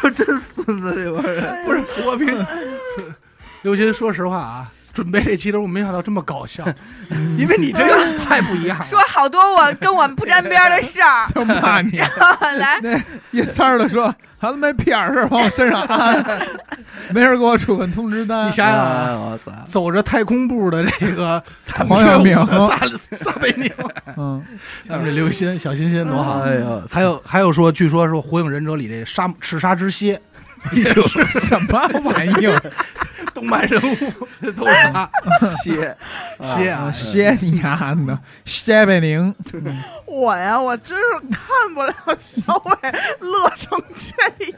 说真孙子这帮人，
不是我平。刘鑫，说实话啊，准备这期的时候，我没想到这么搞笑，因为你这个太不一样了。
说好多我跟我不沾边儿的事儿
，就骂你。
来，
那一三儿的说，还他妈屁眼儿事儿往我身上安，没人给我处分通知单
你。想想啊，
哎我操！
走着太空步的这个呃
黄晓明
撒撒贝宁，
嗯，
咱们这刘雨欣、小欣欣多好。
哎呦，
还有还有说，据说说《火影忍者》里这鲨赤鲨之蝎，
什么玩意儿？
动漫人物都是他
歇
蝎
啊，
啊，
歇你丫的，歇贝宁，
我呀，我真是看不了小伟乐成这样，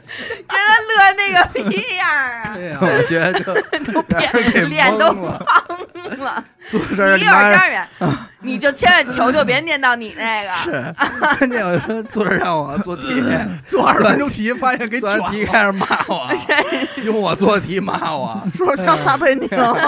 真的乐那个屁样儿 啊！
对呀，
我觉得就
都变
让人给
脸都
蒙
胖
了，
了。
坐这儿
你一会
拿
儿
着
站 着，你就千万求求别念到你那个。
是，关键我说坐这儿让我做题，
做二十分钟题，发现给
做
卷
完题
了。
开始骂我， 用我做题骂我，
说我像撒贝宁，
我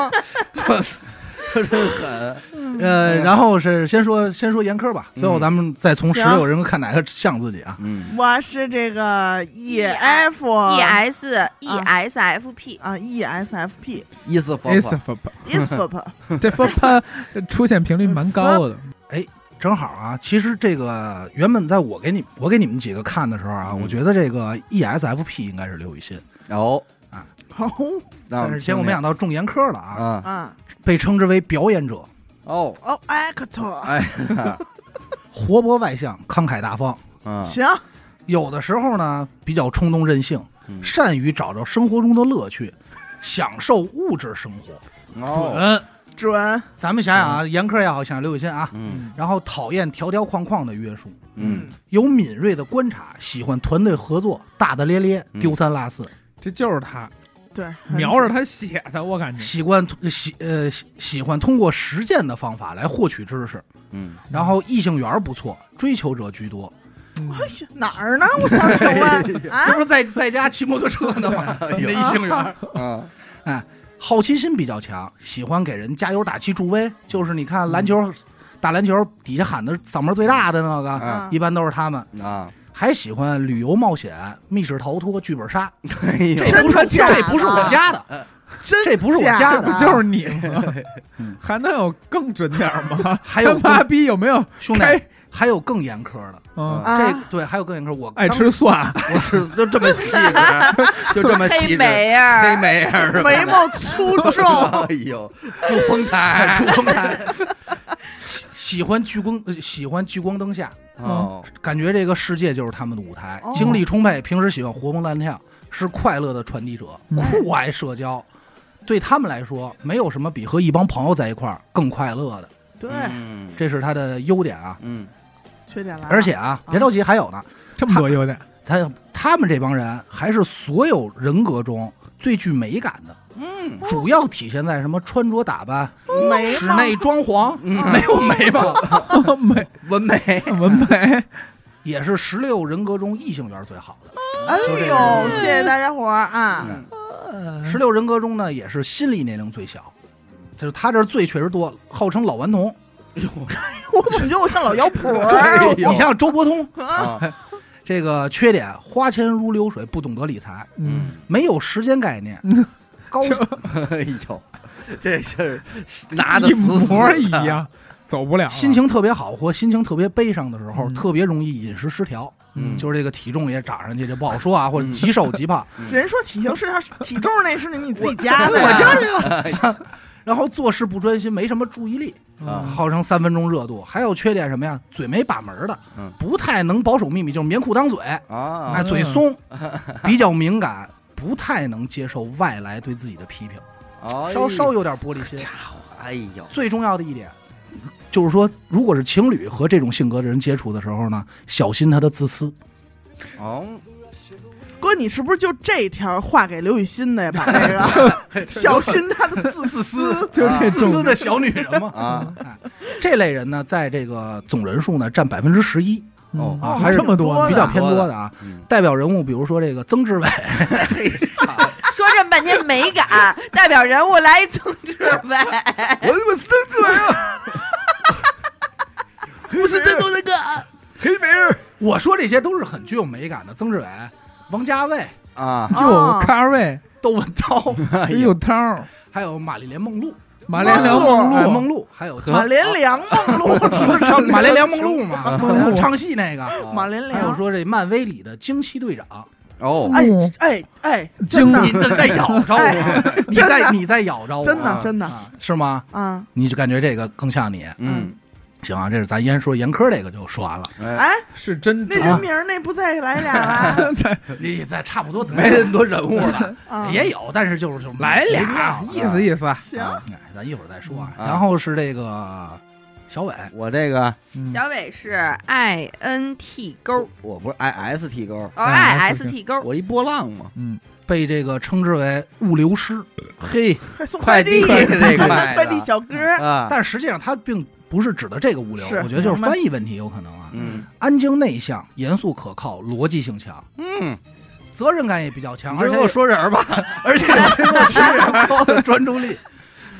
操，真狠！
呃，然后是先说先说严苛吧，最后咱们再从十
行
六人看哪个像自己啊？
嗯，
我是这个 E F
E S E S F P，
啊 E S F P
一四佛
这
佛，
ISFP
这分判出现频率蛮高的。
正好啊，其实这个原本在我给你我给你们几个看的时候啊，
嗯
我觉得这个 E ESFP 应该是刘雨欣，
哦，
哦
那
但是结果没想到中严苛了啊，
啊，
啊
被称之为表演者，
哦，
哦 Actor
哎，
活泼外向，慷慨大方，
嗯，
行
有的时候呢比较冲动任性，
嗯
善于找着生活中的乐趣，享受物质生活。
哦，
准，
准
咱们想想啊，严苛也好，想想刘雨欣啊，
嗯
然后讨厌条条框框的约束。
嗯，
有敏锐的观察，喜欢团队合作，大大咧咧，
嗯
丢三落四，
这就是他，
对
瞄着他写的，我感觉。
嗯喜欢喜呃喜喜欢通过实践的方法来获取知识，
嗯，
然后异性缘不错，追求者居多。
嗯
哎呀哪儿呢？我想请问
这
啊
不是在在家骑摩托车呢 吗？你
哎
的异性缘，
嗯，
好奇心比较强，喜欢给人加油打气助威。就是你看篮球，打篮球底下喊的嗓门最大的那个，
啊
啊
一般都是他们。
啊，
还喜欢旅游冒险、密室逃脱、剧本杀，
哎呦
这
嗯真
不
的
是
假
这不是我
的
家的，
真
这不是我
假
家
不
的
就是你吗
嗯？
还能有更准点儿吗？
还有
他妈逼有没有
兄弟
开？
还有更严苛的。
嗯，
啊
这
啊
个对，还有更严苛，我
爱
当
吃蒜，
我是就这么细 致，就 这么细
黑
致，
莓儿，
黑莓儿是吧？
眉毛粗
哎
重
呦，祝丰台，
出风来， 喜喜欢聚光，呃喜欢聚光灯下，
哦，
感觉这个世界就是他们的舞台，
哦
精力充沛，平时喜欢活蹦乱跳，是快乐的传递者，
嗯
酷爱社交。对他们来说，没有什么比和一帮朋友在一块儿更快乐的，
对
嗯
这是他的优点啊。
嗯，
缺点来了
而且啊，别着急，还有呢，
这么多优 点，
他他们这帮人还是所有人格中最具美感的，
嗯，
主要体现在什么穿着打扮、
眉
室
毛
内装潢，
嗯
没有眉毛。
美
文梅，
文美，
也是十六人格中异性缘最好的。
哎
就这
呦
个
谢谢大家伙儿啊
嗯
十六人格中呢，也是心理年龄最小，就是他这儿罪确实多，号称老顽童。
我怎么觉得我像老妖 婆
哎
儿
呦
你像周伯通，
啊
这个缺点花钱如流水，不懂得理财，
嗯，
没有时间概念，高
哦哎呦，这事儿拿的
一
死死
模
的
一，样，走不了了。
心情特别好或心情特别悲伤的时候，
嗯
特别容易饮食失调，
嗯，
就是这个体重也涨上去，这不好说啊，或者
嗯
极瘦极胖。
人说体型是他体重那是你自己加的
我
呀，
家里啊， 然后做事不专心，没什么注意力，
嗯
啊
号称三分钟热度，还有缺点什么呀？嘴没把门儿的，
嗯
不太能保守秘密，就是棉裤当嘴，
啊
嗯
哎，嘴松，比较敏感，不太能接受外来对自己的批评，
哎
稍稍有点玻璃心。
哎呦，
最重要的一点，就是说，如果是情侣和这种性格的人接触的时候呢，小心他的自私。
哦，
哥，你是不是就这条画给刘雨欣的呀？把这个小心他的自私。
私，
就这
自私
种
的小女人 嘛。
啊，
哎这类人呢，在这个总人数呢，占百分之十一，
嗯
哦
啊还是
这么
多的
比较偏多的啊。
嗯，
代表人物，比如说这个曾志伟，
哎
啊说这么半天美感，代表人物来一曾志伟，
我怎么生这样？
不是这都是个。
黑莓儿
我说这些都是很具有美感的，曾志伟、王家卫、
啊，
又
哦
咖位
窦文涛，
哎
又有汤儿，
还有玛丽莲梦露，
马连良
梦
梦
哎
露，
梦露，还有哦
马连良梦露是
叫
什么？
马连良梦露
啊
嘛，哦
梦露
唱戏那个。
马连
啊还有
良，
说这漫威里的惊奇队长，
哦，
哎
露
哎哎，
惊啊
真的
你在咬着我， 你
真
在
的
你在咬着我，
真
啊
的真的
啊是吗？
啊！
你就感觉这个更像你。
嗯，
行啊，这是咱先说严科这个就说完了，
哎，
哎，
是真
那人名儿那不再来俩了
你在差不多嗯得
没那么多人物 了，
啊？
也有，但是就是就
来
没必
俩
要，
意思意思啊。
行，
啊哎咱一会儿再说啊。
嗯
然后是这个小伟，
我这个
嗯
小伟是 I N T 勾
我不是 I S T 勾，
哦
I
，I S
S T
T 勾，
哎我一波浪嘛，
嗯，
被这个称之为物流师，
嘿，
快送
快
递，
递 这块的
快递小哥儿，
啊，
但实际上他并不是指的这个物流，
是
我觉得就是
明白
翻译问题有可能啊。
嗯
安静内向，严肃可靠，逻辑性强，
嗯，
责任感也比较强，
你
而
这
且
给我说人儿吧，
而且有这个非常高的专注力。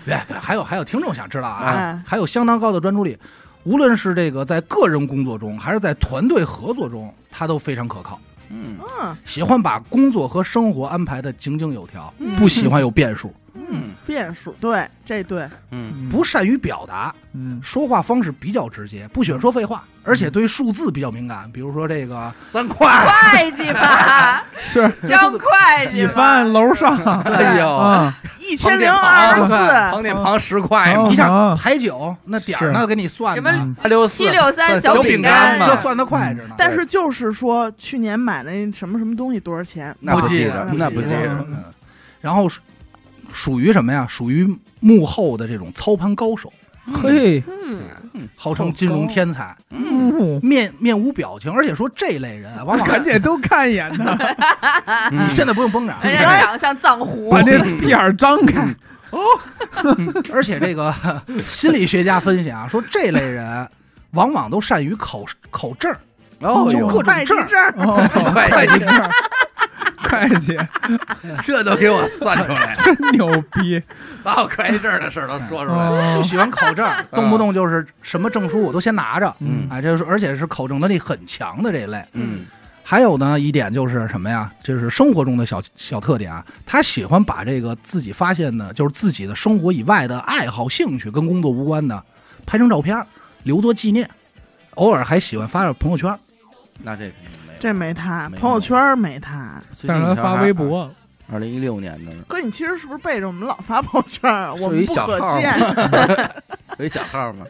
对，还有还有听众想知道啊
哎，
还有相当高的专注力，无论是这个在个人工作中，还是在团队合作中，他都非常可靠。
嗯
嗯
喜欢把工作和生活安排的井井有条，不喜欢有变数，
嗯
变数，对，这对，
嗯
不善于表达，
嗯，
说话方式比较直接，不喜欢说废话，而且对数字比较敏
嗯
感，比如说这个
三块，
会计吧，
是
张会计
几
吧
饭楼上
哎呦，
啊，
一千
胖
零
点
二
庞
十四，
胖点庞十块嘛
哦
一下
啊
排九那点儿呢给你算
什
呢，
么
八六四
七六三
小
饼
干
这
嘛，
算得快着呢。
嗯但是就是说去年买那什么什么东西多少钱？
那不
不
记
记
得
得，
那不记
得
得，
嗯然后属属于什么呀？属于幕后的这种操盘高手，
嘿，
嗯，
号称金融天才，
嗯
面面无表情，而且说这类人啊，往往
赶紧都看一眼呢，
嗯
你现在不用绷着啊，
人家长得像藏狐
把，这屁眼儿张开。
而且这个心理学家分析啊，说这类人往往都善于考考证 儿，
哦
就
哟
各
会
种
计
证儿，
证儿，
哦，
会计
会计
这都给我算出来了，
真牛逼，
把我会计证的事儿都说出来了，
哦
就喜欢考证儿， 动不动就是什么证书我都先拿着，
嗯
哎，这就是而且是考证能力很强的这类。
嗯
还有呢，一点就是什么呀？就是生活中的小小特点啊，他喜欢把这个自己发现的，就是自己的生活以外的爱好、兴趣跟工作无关的，拍成照片儿留作纪念，偶尔还喜欢发到朋友圈儿。
那这肯定没有。
这没他，
没有
朋友圈儿没他。
最近
但是他
一条
发
还
微，博，
二零一六年的，
哥，你其实是不是背着我们老发朋友圈儿？我
是一
们不
小
可
号
见，
有一小号嘛，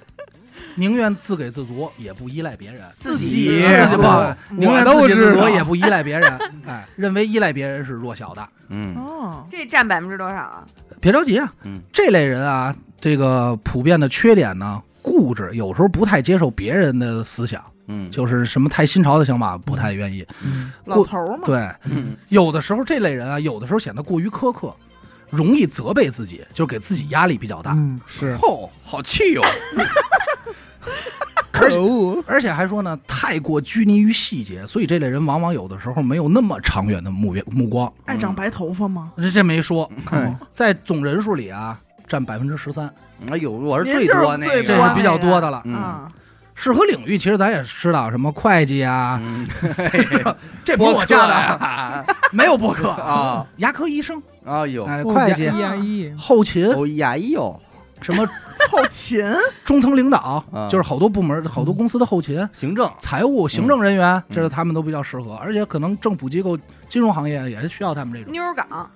宁愿自给自足，也不依赖别人。
自
己
己
自己不好
我
宁愿
都
自给自
知道
足，也不依赖别 人。哎，认为依赖别人是弱小的。
嗯
哦，
这占百分之多少啊？
别着急啊，
嗯
这类人啊，这个普遍的缺点呢，固执，有时候不太接受别人的思想，
嗯，
就是什么太新潮的想法不太愿意。
嗯
老头儿嘛，
对，
嗯
有的时候这类人啊，有的时候显得过于苛刻，容易责备自己，就是给自己压力比较大，
嗯是，
哦，好气哟，
可恶，
而且还说呢，太过拘泥于细节，所以这类人往往有的时候没有那么长远的目标目光。
爱
嗯
长白头发吗？
这这没说，
哎
在总人数里啊，占百分之十三，
呦，我是
您
最
就是
多那
最
个，
这
多
是比较多的了。
嗯
啊，
适合领域，其实咱也知道，什么会计啊，
嗯
这不是
播
我
客
教的啊，
呀，
没有 博客啊，
啊，
牙科医生，
哎呦，
哎，
哦
会计、
压抑，
后勤，
哦呀哟，
什么
后勤，
中层领导
啊，
就是好多部门、好多公司的后勤、
行政，
财
嗯
务、行政人员，这是他们都比较适合，而且可能政府机构、金融行业也是需要他们这种。
妞儿港，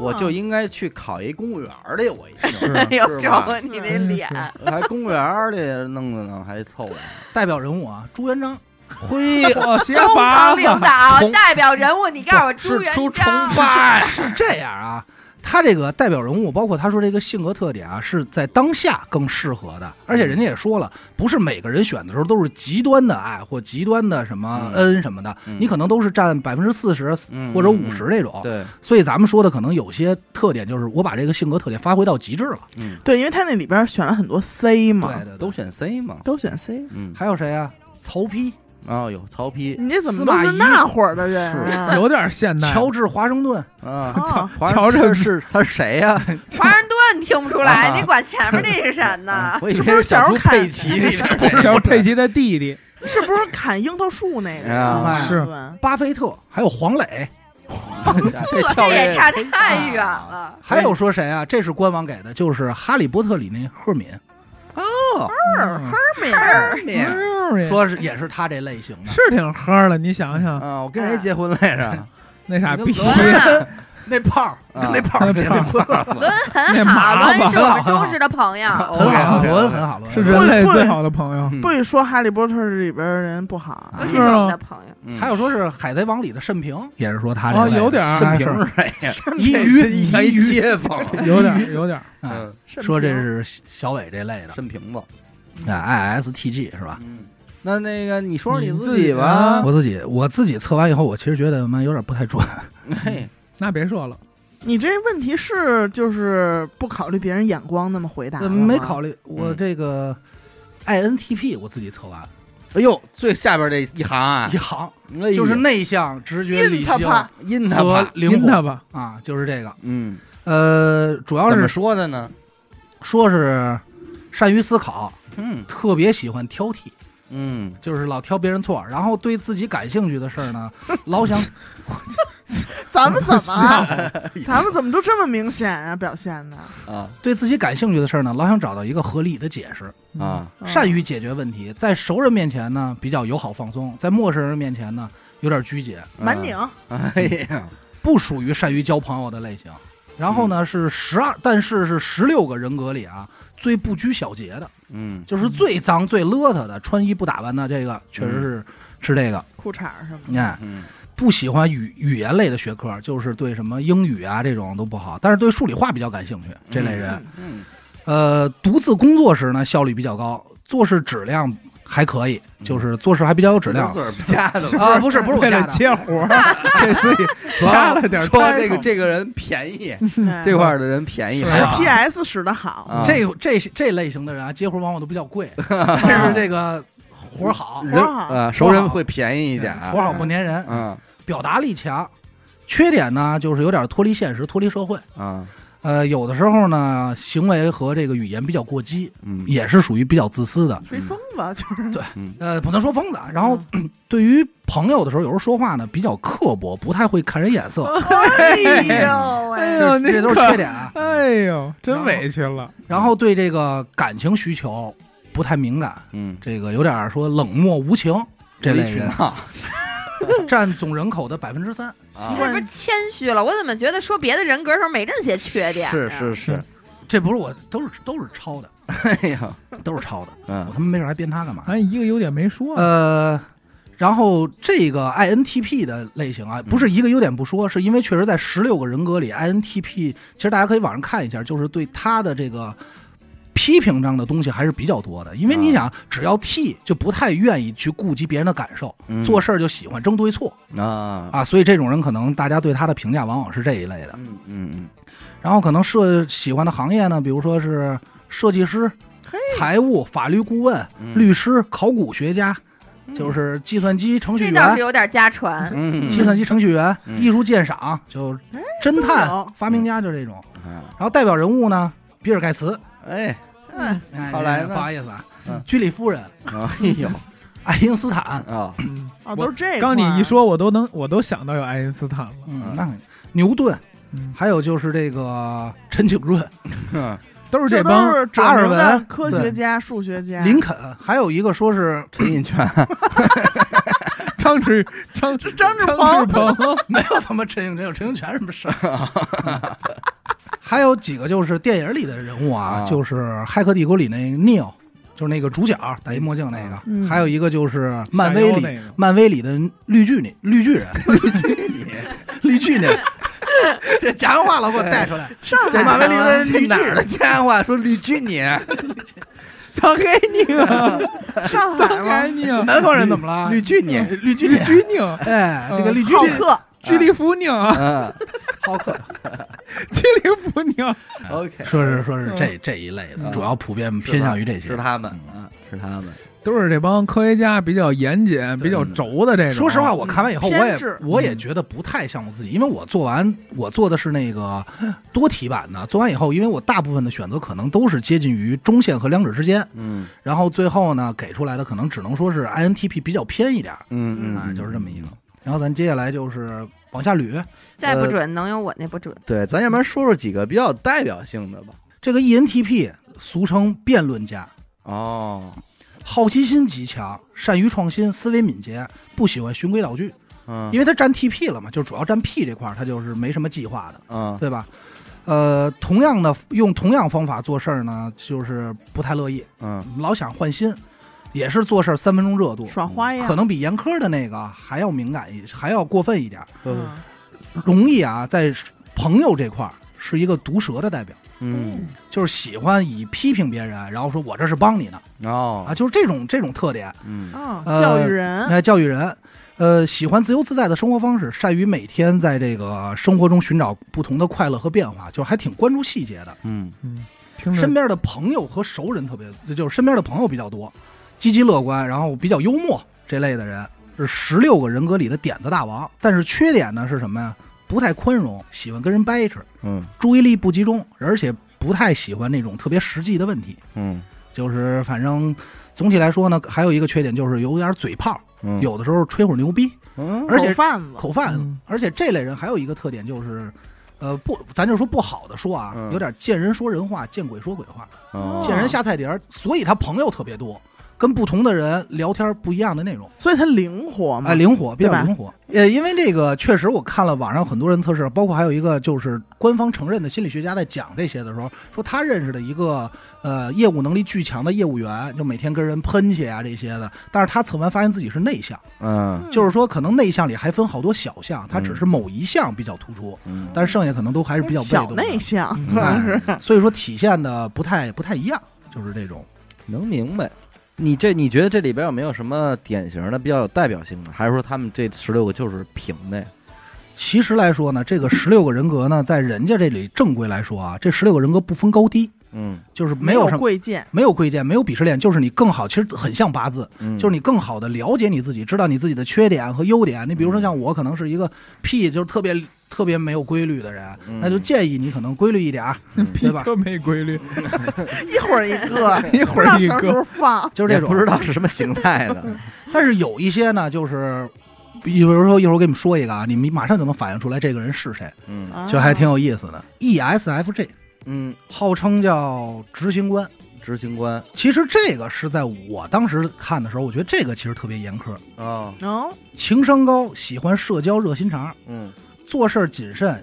我就
啊
应该去考一公务员儿的，我一
是
听，
哎呦，
嗯是吧
瞅你那脸，
还公务员儿的弄的呢，还凑合，
代表人物啊，朱元璋，
嘿，
哎
我鞋
中
哦拔
层领
子，
导
崇
代表人物，你告诉我
是
朱元
出崇
璋，
拜，
是这样啊。他这个代表人物，包括他说这个性格特点啊，是在当下更适合的。而且人家也说了，不是每个人选的时候都是极端的爱或极端的什么
嗯
恩什么的，
嗯
你可能都是占百分之四十
嗯
或者五十这种。
对，
所以咱们说的可能有些特点，就是我把这个性格特点发挥到极致了。
嗯，
对，因为他那里边选了很多 C 嘛
对，对，
都选 C 嘛，
都选 C。
嗯，
还有谁啊？曹丕、
哦呦，曹丕，
你这怎
司
么都
马
是
懿
那会儿的人啊？
有点现代，
乔治华盛顿，
啊，
啊
华人
乔治
他是他是谁呀？
华盛顿听不出来，
啊
你管前面啊那是谁呢？
我以
是不
为
是
小
小时
猪
候看
佩奇里边那个
小佩奇的弟弟，
是不是砍樱桃树那个
啊
啊？
是
吧
巴菲特，还有黄磊，
这
呵，
跳
这也
跃
差太远了。
还有说谁啊？这是官网给的，就是《哈利波特》里那赫敏，
哦，
嗯
哎说是也是他这类型的。
哎是挺呵儿的，你想想
啊，我跟谁结婚来着？
那傻逼
你，
伦啊
那胖儿跟
啊
那胖儿
那
姐
胖
那
儿
胖儿
伦
那
很好，
麻烦
伦是我们忠实的朋友。
哦
很好，
OK，OK，OK
伦很好，伦
是
这。
人类最好的朋友。
嗯
不许说《哈利波特》里边的人不好，啊
尤其是我们的朋友，
嗯
还有说是《海贼王》里的慎平，也是说他这
哦，
类的
有点
是
沈
儿，
平是谁呀？
啊 一
这
鱼
一像一街坊，
有点儿，有点儿。
嗯，
慎
说这
平
是小伟这类的，
沈瓶子。
哎，ISTG 是吧？
嗯，那那个你说说
你
自
自己
吧
啊。
我自己我自己测完以后，我其实觉得妈有点不太 准。
嘿，
那别说了，
你这问题是就是不考虑别人眼光那么回答，
嗯
呃
没考
虑。
虑我这个 INTP，我自己测完
哎呦，最下边这一行啊
一，行，
哎呦啊
就是内向、直觉、理性
Intapa
阴他
和
吧。
灵
阴
活
他吧，
啊，就是这个。
嗯，
呃，主要
怎么
是
说的呢？
说是善于思考，
嗯
特别喜欢挑剔，
嗯，
就是老挑别人错，然后对自己感兴趣的事 儿呢，老想
咱们怎么，啊咱
们
们怎么就这么明显啊？表现的
啊
对自己感兴趣的事儿呢，老想找到一个合理的解释，
嗯
啊，
善于解决问题，在熟人面前呢比较友好放松，在陌生人面前呢有点拘谨，
嗯
满拧，
哎呀，
不属于善于交朋友的类型。然
嗯
后呢是十二，但是是十六个人格里啊最不拘小节的，
嗯，
就是最脏最邋遢的，穿衣不打扮的这个确实是、是这个。
裤衩儿什么
你看，
嗯
不喜欢语语言类的学科，就是对什么英语啊这种都不好，但是对数理化比较感兴趣。这类人，
的，
嗯
呃，独自工作时呢效率比较高，做事质量还可以，就是做事还比较有质量
字儿不加的 吧？
啊。不是不是我啊
为
加
了
的，
接活儿，给自己加了点儿
说
单
这个
口
这个人便宜，
嗯
这块儿的人便宜
是
还
啊
好
PS 使得好，
啊
这这这类型的人啊，接活往往都比较贵，但是这个活儿好，
人
活儿好
啊，熟人会便宜一点啊，
活儿好不粘人，
啊
表达力强。缺点呢，就是有点脱离现实，脱离社会。
啊，
呃，有的时候呢，行为和这个语言比较过激，
嗯
也是属于比较自私的。
吹风吧，就是
呃，不能说疯子啊。然
嗯
后对于朋友的时候，有时候说话呢比较刻薄，不太会看人眼色，
哎 呦
哎
喂，
呦，
这
那
这都是
可
缺。点啊。
哎呦，真委屈了。
然后对这个感情需求不太敏感，
嗯，
这个有点儿说冷漠无情这类人，
啊，
占总人口的百分之三。
习
这不是谦虚了？我怎么觉得说别的人格时候没这些缺点？
是是，是，
这不是我，都是都是抄的，
哎呀，
都是抄的。我
嗯
他妈没事还编他干嘛？
咱哎一个优点没说呢，
呃，然后这个 INTP 的类型
嗯
啊，不是一个优点不说，是因为确实在十六个人格里，INTP 其实大家可以网上看一下，就是对他的这个批评上的东西还是比较多的。因为你
啊
想，只要 T 就不太愿意去顾及别人的感受，
嗯
做事儿就喜欢争对错
啊，
啊，所以这种人可能大家对他的评价往往是这一类的。
嗯嗯
然后可能设喜欢的行业呢，比如说是设计师、
嘿
财务、法律顾问、
嗯，
律师、考古学家。就是计算机程序
这
员，
倒是有点家传。
嗯
计算机程序员、
嗯
艺术鉴赏，就侦
哎
都有
探、发明家，就这种。
啊，
然后代表人物呢，比尔盖茨，
哎，
嗯
哎，
后来呢
不好意思啊
嗯，
居里夫人、
哎呦
爱因斯坦，
啊，
嗯
哦，都是这。
刚你一，说，我都能，我都想到有爱因斯坦了。
嗯
嗯，
那牛顿，
嗯，
还有就是这个陈景润、
都是
这都
帮
是
达尔
著名的
文
科学家、数学家，
林肯，还有一个说是
陈印泉，
张志张张
张志
志
鹏
鹏
没有他妈陈景，没有陈景全什么事儿。 还有几个就是电影里的人物啊，
啊
就是《骇客帝国》里那个 Neo，就是那个主角戴一墨镜那个，
嗯
还有一个就是漫威里
闪耀那个
漫威里的绿巨女、绿巨人、绿巨女、绿巨女，这家乡话老给我带出来。
上
这
海
马威利的绿巨
哪儿的家伙说绿巨 你？
想给你啊，
上海
想
吗
给？你啊，
南方人怎么了？
绿巨 你，
绿 巨
绿
女，
巨拧，
哎，这个绿巨
浩
女
克，
居里夫拧 啊，
嗯
好客，
居里夫拧，
，OK，
说是说是这这一类的，
嗯
主要普遍偏向于这些
是。他们啊，是他们，
都是这帮科学家比较严谨、比较轴的这种。
说实
啊
话，，我看完以
嗯
后，我
偏
也
执
我也觉得不太像我自己，因为我做完我做的是那个多题版的，做完以后，因为我大部分的选择可能都是接近于中线和两者之间，
嗯
然后最后呢给出来的可能只能说是 INTP 比较偏一点儿，
嗯
啊，就是这么一个。然后咱接下来就是往下捋。
再不
呃
准能有我那不准。
对，咱要不然说说几个比较有代表性的吧。
这个 E ENTP 俗称辩论家，
哦，
好奇心极强，善于创新，思维敏捷，不喜欢循规蹈矩，
嗯，
因为他占 TP 了嘛，就主要占 P 这块儿，他就是没什么计划的，
嗯
对吧？呃，同样的用同样方法做事儿呢，就是不太乐意，
嗯，
老想换新，也是做事儿三分钟热度，
耍花
可
样，
能比严苛的那个还要敏感一，还要过分一点儿，
嗯
嗯
容易啊，在朋友这块儿是一个毒舌的代表，
嗯，
就是喜欢以批评别人，然后说我这是帮你的
哦
啊，，就是这种这种特点
嗯
啊，
呃
教育人，
来教育人。呃，喜欢自由自在的生活方式，善于每天在这个生活中寻找不同的快乐和变化，就是还挺关注细节的。
嗯
嗯，听着
身边的朋友和熟人特别，就是身边的朋友比较多，积极乐观，然后比较幽默这类的人是十六个人格里的点子大王。但是缺点呢是什么呀？不太宽容，喜欢跟人掰扯，
嗯
注意力不集中，而且不太喜欢那种特别实际的问题。
嗯
就是反正总体来说呢，还有一个缺点就是有点嘴炮，
嗯，
有的时候吹会儿牛逼，
嗯，
而且
口贩子，
口贩子
嗯。
而且这类人还有一个特点就是。呃，不，咱就说不好的说啊，
嗯
有点见人说人话，见鬼说鬼话。
哦
见人下菜碟儿，所以他朋友特别多，跟不同的人聊天不一样的内容，
所以他灵活嘛，
哎，灵活，比
嗯对
较
吧
灵活。呃，因为这个确实我看了网上很多人测试，包括还有一个就是官方承认的心理学家在讲这些的时候，说他认识的一个呃业务能力巨强的业务员，就每天跟人喷去啊这些的，但是他测完发现自己是内向，
嗯
呃就是说可能内向里还分好多小项，他只
嗯
是某一项比较突出，
嗯，
但是剩下可能都还是比较被
小
动的哎
内，向，
嗯
主要是
所以说体现的不太不太一样，就是这种。
能明白。你这你觉得这里边有没有什么典型的比较有代表性的？还是说他们这十六个就是平的呀？
其实来说呢，这个十六个人格呢，在人家这里正规来说啊，这十六个人格不分高低，
嗯，
就是没
没
有什么。
贵贱，
没有贵贱，没有鄙视链，就是你更好，其实很像八字，
嗯
就是你更好的了解你自己，知道你自己的缺点和优点。你比如说像我，可能是一个 P，就是特别特别没有规律的人，
嗯
那就建议你可能规律一点儿，啊
嗯
屁
对吧
特没规律，
一会 儿一个，
一
不
会
知道
儿一
什么时
个
候放，
就是这
也
种。
不知道是什么形态 的。
但是有一些呢，就是比如说一会儿我给你们说一个啊，你们马上就能反映出来这个人是谁，
啊
嗯
就还挺有意思的。ESFJ E
嗯，
号称叫执行官。
执行官
其实这个是在我当时看的时候，我觉得这个其实特别严苛，
哦，
能
情商高，喜欢社交，热心肠，
嗯，
做事谨慎，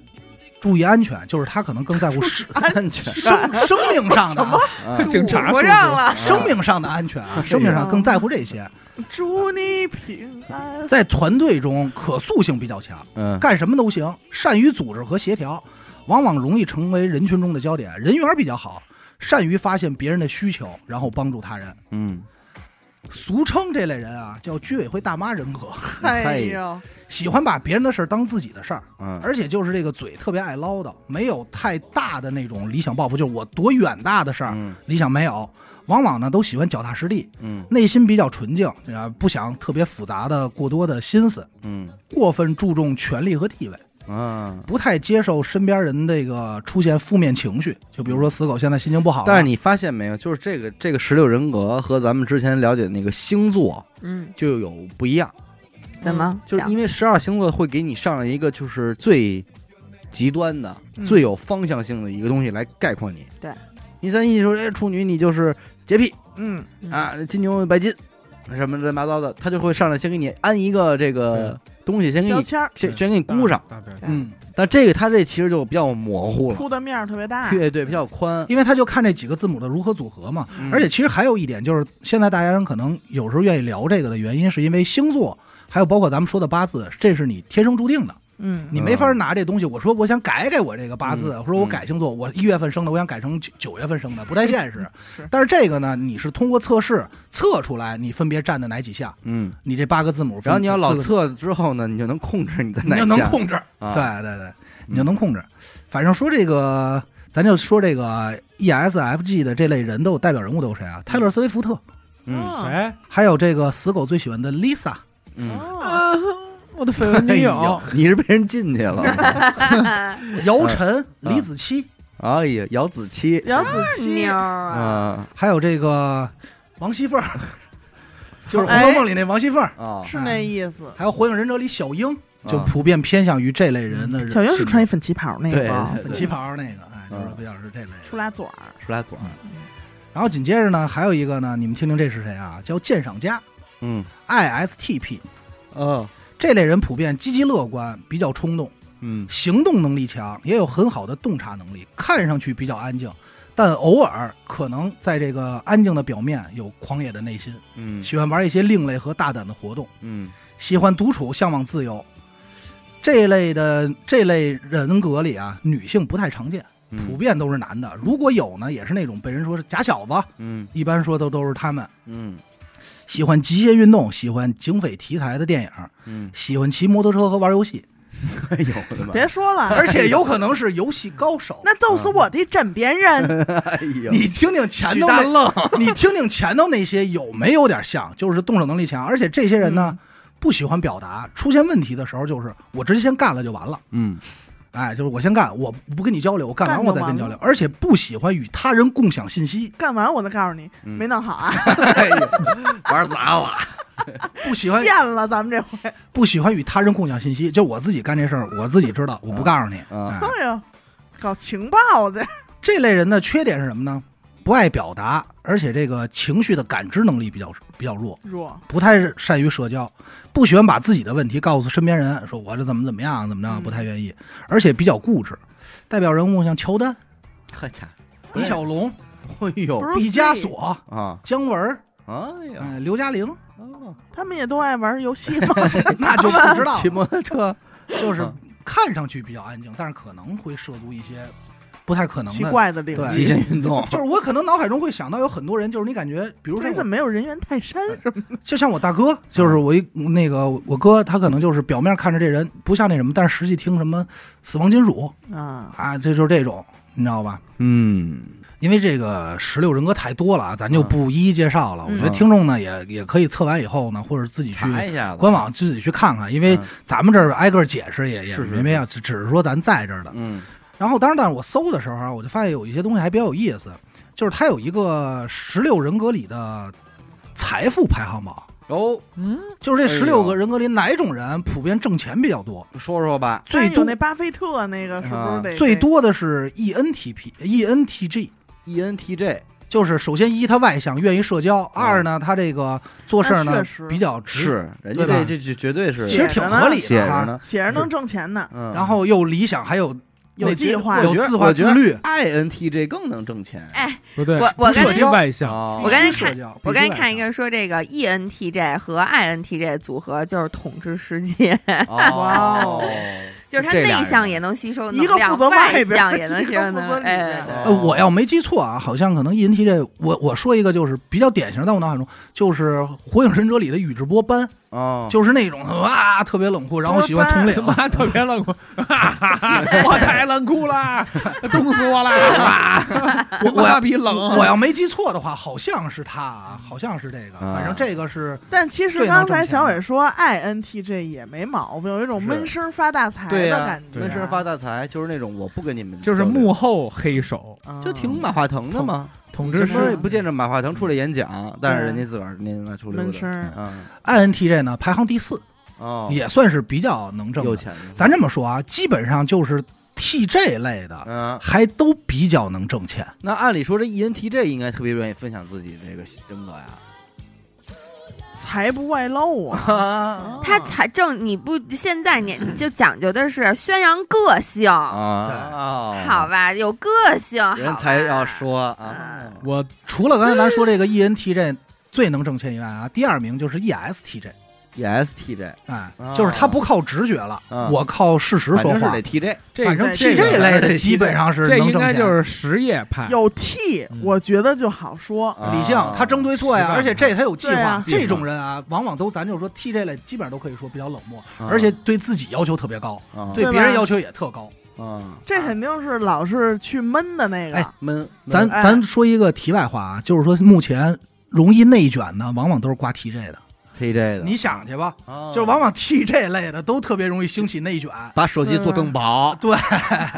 注意安全，就是他可能更在 乎生
安全
生生命上 的啊
啊
警察
我
叔
不
叔
让了，
生命上的安全 啊，生
哎
命上更在乎这些，
祝你平安，
在团队中可塑性比较强，
嗯
干什么都行，善于组织和协调，往往容易成为人群中的焦点，人缘比较好，善于发现别人的需求，然后帮助他人。
嗯，
俗称这类人啊叫居委会大妈人格。
哎呦，
喜欢把别人的事儿当自己的事儿，
嗯
而且就是这个嘴特别爱唠叨，没有太大的那种理想抱负，就是我多远大的事儿、
嗯
理想没有。往往呢都喜欢脚踏实地，
嗯
内心比较纯净，啊，不想特别复杂的过多的心思，
嗯
过分注重权力和地位，
啊。
不太接受身边人这个出现负面情绪，就比如说死狗现在心情不好了，
但是你发现没有，就是这个这个十六人格和咱们之前了解那个星座
嗯，
就有不一样，
怎么
嗯就是
讲
因为十二星座会给你上来一个就是最极端的、
嗯
最有方向性的一个东西来概括你。
对，
你三一说，哎，处女你就是洁癖
嗯，
啊，金牛白金，什么乱七八糟的，他就会上来先给你安一个这个东西，先
哎
给
标
你
签儿
先先给你箍上。
大表情，
嗯，
但这个他这其实就比较模糊了，
铺的面儿特别大，
对对，比较宽，
因为他就看这几个字母的如何组合嘛，
嗯
而且其实还有一点就是，现在大家人可能有时候愿意聊这个的原因，是因为星座，还有包括咱们说的八字，这是你天生注定的，
嗯
你没法拿这东西。我说我想改改我这个八字，
嗯
或者我改星座，我一月份生的，我想改成九九月份生的，不 太现实。
是
但是这个呢，你是通过测试测出来你分别占的哪几项，
嗯，
你这八个字母分，
然后你要老
四个字母，
测之后呢，你就能控制你在哪
你就
下，
能控制，
啊，
对对对，你就能控制。反正说这个，咱就说这个 E ESFG 的这类人都有代表人物都有谁啊？泰勒·斯威夫特。
哦
嗯
啊
谁？
还有这个死狗最喜欢的 Lisa，
嗯，哎
哦，
啊，我的绯闻女友，
你是被人进去 了，
姚晨、
嗯
李子柒，
哎呀，姚子柒嗯
杨子
妞
柒
儿啊，
啊，
还有这个王熙凤，就是《红楼梦》里那王熙凤，
啊，
是那意思。
还有《火影忍者》里小樱，就
啊
普遍偏向于这类人的人。
嗯小英是穿一粉旗袍那
对
个吧，
粉旗袍那个，哎，就是比较是这类人。
出俩嘴儿，
十来朵儿，
然后紧接着呢，还有一个呢，你们听听这是谁啊？叫鉴赏家
嗯
ISTP，
嗯
这类人普遍积极乐观，比较冲动，
嗯
行动能力强，也有很好的洞察能力，看上去比较安静，但偶尔可能在这个安静的表面有狂野的内心，
嗯
喜欢玩一些另类和大胆的活动，
嗯
喜欢独处，向往自由。这一类的这类人格里啊，女性不太常见，普
嗯
遍都是男的。如果有呢，也是那种被人说是假小子，
嗯
一般说都都是他们。
嗯
喜欢极限运动，喜欢警匪题材的电影，
嗯，
喜欢骑摩托车和玩游戏，
哎呦我的妈！
别说了，
而且有可能是游戏高手。
那揍死我的枕 边人，
哎呦，
你听听前
许
头
大
那，
愣，
你听听前头那些有没有点像？就是动手能力强，而且这些人呢，不喜欢表达，出现问题的时候就是我直接先干了就完了。
嗯
哎，就是我先干，我不跟你交流，我干完
干
我
就
再跟你交
完
流
了，
而且不喜欢与他人共享信息，
干完我再告诉你，
嗯
没弄好啊，
哎呦玩砸了，
不喜欢
现了，咱们这回，
不喜欢与他人共享信息，就我自己干这事儿，我自己知道，我不告诉你。
啊
哎
哎呦，搞情报的，
这类人的缺点是什么呢？不爱表达，而且这个情绪的感知能力比较比较弱，
弱，
不太善于社交，不喜欢把自己的问题告诉身边人，说我这怎么怎么样，怎么着，
嗯
不太愿意，而且比较固执。代表人物像乔丹、
好家伙，
李小龙、
啊
哎呦
不是
毕加索、
啊
姜文、
哎呀，
哎刘嘉玲，
他们也都爱玩游戏 嘛，
那就不知 道
骑
了，
摩托车，
就是看上去比较安静，但是可能会涉足一些不太可能
奇
的。
怪的领
对
极
域。
限运动，
就是我可能脑海中会想到有很多人，就是你感觉，比如说
你
我
哎怎么没有人猿泰山什么的？
就像我大哥，就是我一那个我哥，他可能就是表面看着这人不像那什么，但是实际听什么死亡金属
哎
啊，
啊，这就是这种，你知道吧？
嗯
因为这个十六人格太多了啊，咱就不一一介绍了。
嗯
我觉得听众呢也也可以测完以后呢，或者自己去
查一下子，
官网自己去看看，因为
嗯
咱们这儿挨个解释也也
是是
没必要，只只是说咱在这儿的。
嗯
然后，当然，但是我搜的时候啊，我就发现有一些东西还比较有意思，就是它有一个十六人格里的财富排行榜。
哦，
嗯，
就是这十
哎
六
呦
个人格里，哪种人普遍挣钱比较多？
说说吧，
最
有
多
那巴菲特那个是不
啊
是得
最多的是 E ENTP、ENTG，
，E ENTJ，
就是首先一他外向，愿意社交；二呢，他这个做事儿
那
呢
确实
比较
嗯
直，
是人
对
家
吧
这这这绝对
其
是
实挺合理
写
的
着
哈。
呢，
写着能挣钱呢？
嗯，
然后又理想，还有
有
那
计划
有
我觉得
自化
我觉
自
得啊
律，
INTJ 更能挣钱，
哎
不对，
我我
不社
刚
社
才
交
交外向，
哦
我刚才
必须社
看
交
我刚才看一，
必须外
个说这个 E ENTJ 和 INTJ 组合就是统治世界，
哇哦
就是他
这俩
内
人
向也能吸收能
一个
量，
负责外边
向也能吸
一
收
个负
能
责
量。
里
哎
边，
对
哦
向呃，我要没记错啊，好像可能 ENTJ，我我说一个就是比较典型，在我脑海中就是《火影忍者》里的宇智波斑，
哦，
就是那种哇特别冷酷，然后喜欢统领，
妈特别冷酷，哈哈哈我太冷酷啦，冻死我啦！
我我要
妈比冷，
我要没记错的话，好像是他，啊，好像是这个，
啊
反正这个是
但其实
最能
刚
挣钱
才小伟说 INTJ 也没毛病，有一种
是
闷声发大财
对
的
呀
感觉，
闷声发大财，就是那种我不跟你们
就是
交流
幕后黑手，
啊，
就挺马化腾的嘛，
统
什
治
么也
是
不见着马化腾出来演讲，但是人家自个儿那那出来
闷声儿。
嗯
INTJ 呢排行第四，
哦，
啊也算是比较能挣
有
的。
钱的，
咱这么说啊，基本上就是 TJ 类的，
嗯，
还都比较能挣钱。
那按理说这 ENTJ 应该特别愿意分享自己这个人格呀，
财不外露啊。
啊
他才正你不现在你
嗯
你就讲究的是宣扬个性，好
好，
吧，有个性，
哦人
好
才
吧
要说啊，
嗯
我
除了刚才咱说
嗯
这个 E ENTJ 最能挣钱以外啊，第二名就是 ESTJ，
ESTJ，
哎
啊，
就是他不靠直觉了，
嗯
我靠事实
反
说
正是
话
得。TJ，
这
反正
这
TJ 类的
这
基本上是
这
能
应
挣
该
钱。
就是实业派，
有 T，
嗯
我觉得就好说。
啊
理性，他争对错呀，
是吧
而且这他有计
对
划
啊。
这种人啊，往往都咱就是说 T 这类，基本上都可以说比较冷漠，
啊
而且对自己要求特别高，
啊
对
对吧
别人要求也特高。
啊，
这肯定是老是去闷的那
哎
个，
闷，
咱
哎
咱说一个题外话啊，就是说目前容易内卷的，往往都是挂 T 这的。
TJ 的，
你想去吧，
嗯
啊
就是往往 T 这类的都特别容易兴起内卷。
把手机做更薄，
嗯对，
哎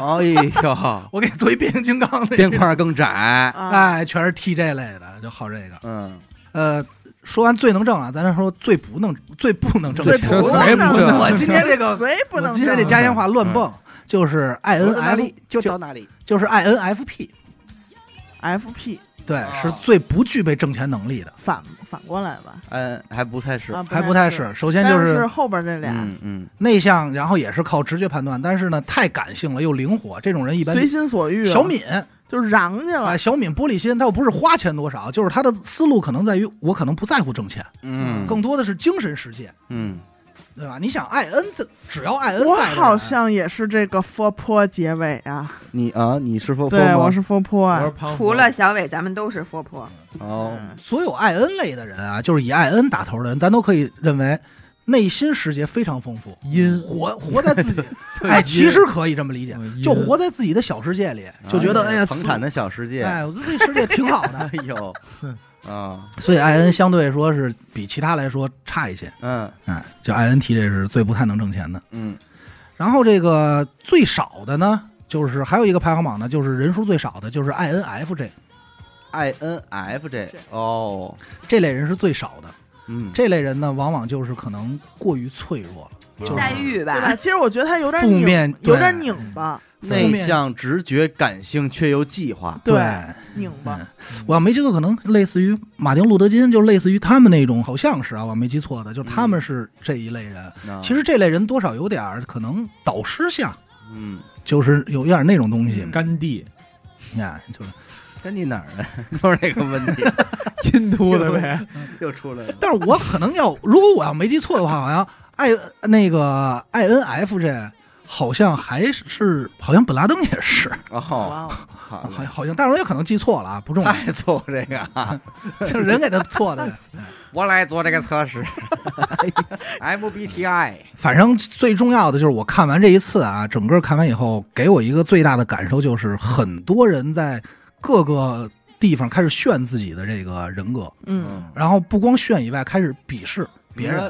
呦，
我给你做一变形金刚那
边，框更窄，
啊，
哎，全是 T 这类的，就好这个。
嗯
呃，说完最能挣啊，咱再说最不能最不能挣
最
的
不
题。
这
能
贼不
挣
能
我今天这 个
谁不
我
能
今天这
挣嗯
家乡话乱蹦，就是
嗯
I
我
N
到哪
F
里就
就
到哪里
就是 I N F P，
？FP
对，
哦
是最不具备挣钱能力的，
反反过来吧，
嗯，还不太是，
啊，
还不
不
太
是，
是。首先
但
就是是
后边这俩
嗯嗯，
内向，然后也是靠直觉判断，但是呢，太感性了又灵活，这种人一般
随心所欲啊，
小敏
就嚷去
啊，
了，
小敏玻璃心，她又不是花钱多少，就是她的思路可能在于我可能不在乎挣钱，
嗯，
更多的是精神世界，
嗯，
对吧？你想艾恩在，只要艾恩
我
在的人，啊
好像也是这个佛坡结尾啊，
你啊，你是否
对，我是佛坡啊，
除了小伟，咱们都是佛婆。
哦，
嗯
所有艾恩类的人啊，就是以艾恩打头的人，咱都可以认为内心世界非常丰富，
阴，
活
嗯
活在 自己，哎，其实可以这么理解，就 活在自己的小世界里，就觉得哎呀，
彭
自
坦嗯的小世界，
哎，我觉得自己世界挺好的
哎。呦，啊，
所以艾恩相对说是比其他来说差一些，
嗯
哎，就艾恩提这是最不太能挣钱的。
嗯
然后这个最少的呢，就是还有一个排行榜呢，就是人数最少的，就是 INFJ
，I N F J，
这
哦，
这类人是最少的。
嗯，
这类人呢，往往就是可能过于脆弱了，
嗯
就是
黛玉
对吧？
吧，
其实我觉得他有点
负
拧，
面
有点拧巴，
内向、直觉、感性却又计划，
对。
拧巴
嗯，我要没记错，可能类似于马丁·路德·金，就类似于他们那种，好像是啊，我没记错的，就他们是这一类人。
嗯啊
其，实这类人多少有点儿可能导师像，
嗯，
就是有点儿那种东西。
嗯
甘 地
你看，就是，
跟你哪儿呢？ 又是这个问题，
印度的呗，
又出来了。
但是我可能要，如果我要没记错的话，好像爱那个 INFJ 好像还是好像本拉登也是，
哦，
哇哦，
好
好像
嘞，
好像，但是我也可能记错了啊，不重要，
太错这个啊！
是人给他错的。
我来做这个测试，MBTI，
反正最重要的就是我看完这一次啊，整个看完以后，给我一个最大的感受就是，很多人在各个地方开始炫自己的这个人格，
嗯，
然后不光炫以外，开始鄙视别人。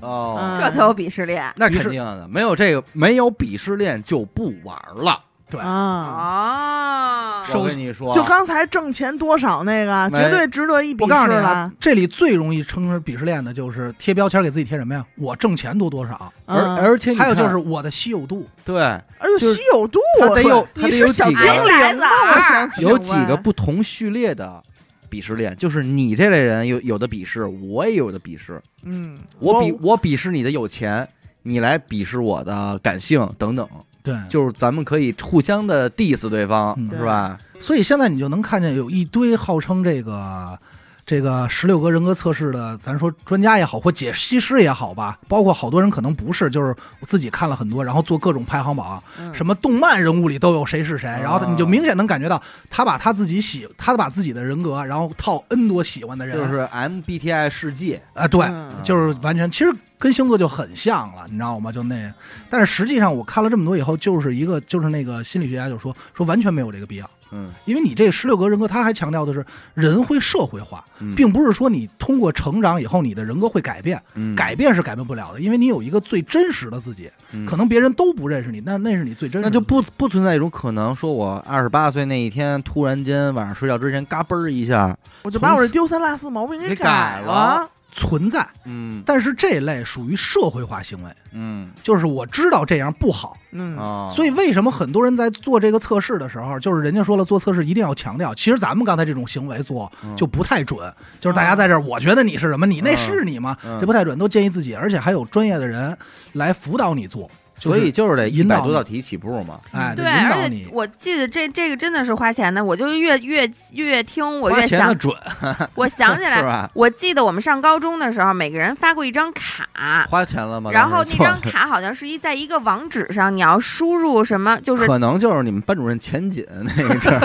哦
嗯，
这才有鄙视链
那
鄙视
肯定的，没有这个没有鄙视链就不玩了。
对
嗯
啊。
哦。
首
我跟你说，
就刚才挣钱多少那个，
没
绝对值得一
哎
鄙
我告诉
视
你
了
啊。，这里最容易称之鄙视链的就是贴标签给自己贴什么呀？我挣钱多多少，
而
嗯
而且你
啊还有
看
就是我的稀有度。
对，
而且
就是
哎稀有度，啊
他得有他
你
得
是
有
小
几
精
个
灵啊吗？我
SSR
想请
有几个
问
不同序列的鄙视链，就是你这类人有有的鄙视，我也有的鄙视。
嗯，
我鄙我鄙视你的有钱，你来鄙视我的感性等等，
对，
就是咱们可以互相的 diss 对方，
嗯
是吧？
所以现在你就能看见有一堆号称这个这个十六格人格测试的，咱说专家也好，或解析师也好吧，包括好多人可能不是，就是我自己看了很多，然后做各种排行榜，
嗯
什么动漫人物里都有谁是谁，
啊
然后你就明显能感觉到他把他自己喜，他把自己的人格，然后套 N 多喜欢的人，
就是 MBTI 世界，
啊，对，
嗯
就是完全，其实跟星座就很像了，你知道吗？就那，但是实际上我看了这么多以后，就是一个就是那个心理学家就说说完全没有这个必要。
嗯，
因为你这十六格人格，他还强调的是人会社会化，
嗯
并不是说你通过成长以后你的人格会改变，
嗯
改变是改变不了的，因为你有一个最真实的自己，
嗯
可能别人都不认识你，但那是你最真实
那
的
就
自己。
不不存在一种可能，说我二十八岁那一天突然间晚上睡觉之前嘎嘣儿一下，
我就把我这丢三落四毛病
你
给
改
了。
存在，
嗯
但是这类属于社会化行为，
嗯
就是我知道这样不好，
嗯，
啊，
所以为什么很多人在做这个测试的时候，就是人家说了做测试一定要强调，其实咱们刚才这种行为做
嗯
就不太准，就是大家在这儿，我觉得你是什么，你那
嗯
是你吗？
嗯
这不太准，都建议自己，而且还有专业的人来辅导你做，
所以嗯就是得一
引导
百
你
多道题起步嘛，
哎，得
对，
引导
而且
你。
我记得这这个真的是花钱的，我就越越越听我
花
越
钱的
想，
准
我想起
是
来，
吧？
我记得我们上高中的时候，每个人发过一张卡，
花钱了吗？
然后
当
那
时
张卡好像是一在一个网址上，你要输入什么， 就是
可能就是你们班主任钱锦那一阵儿，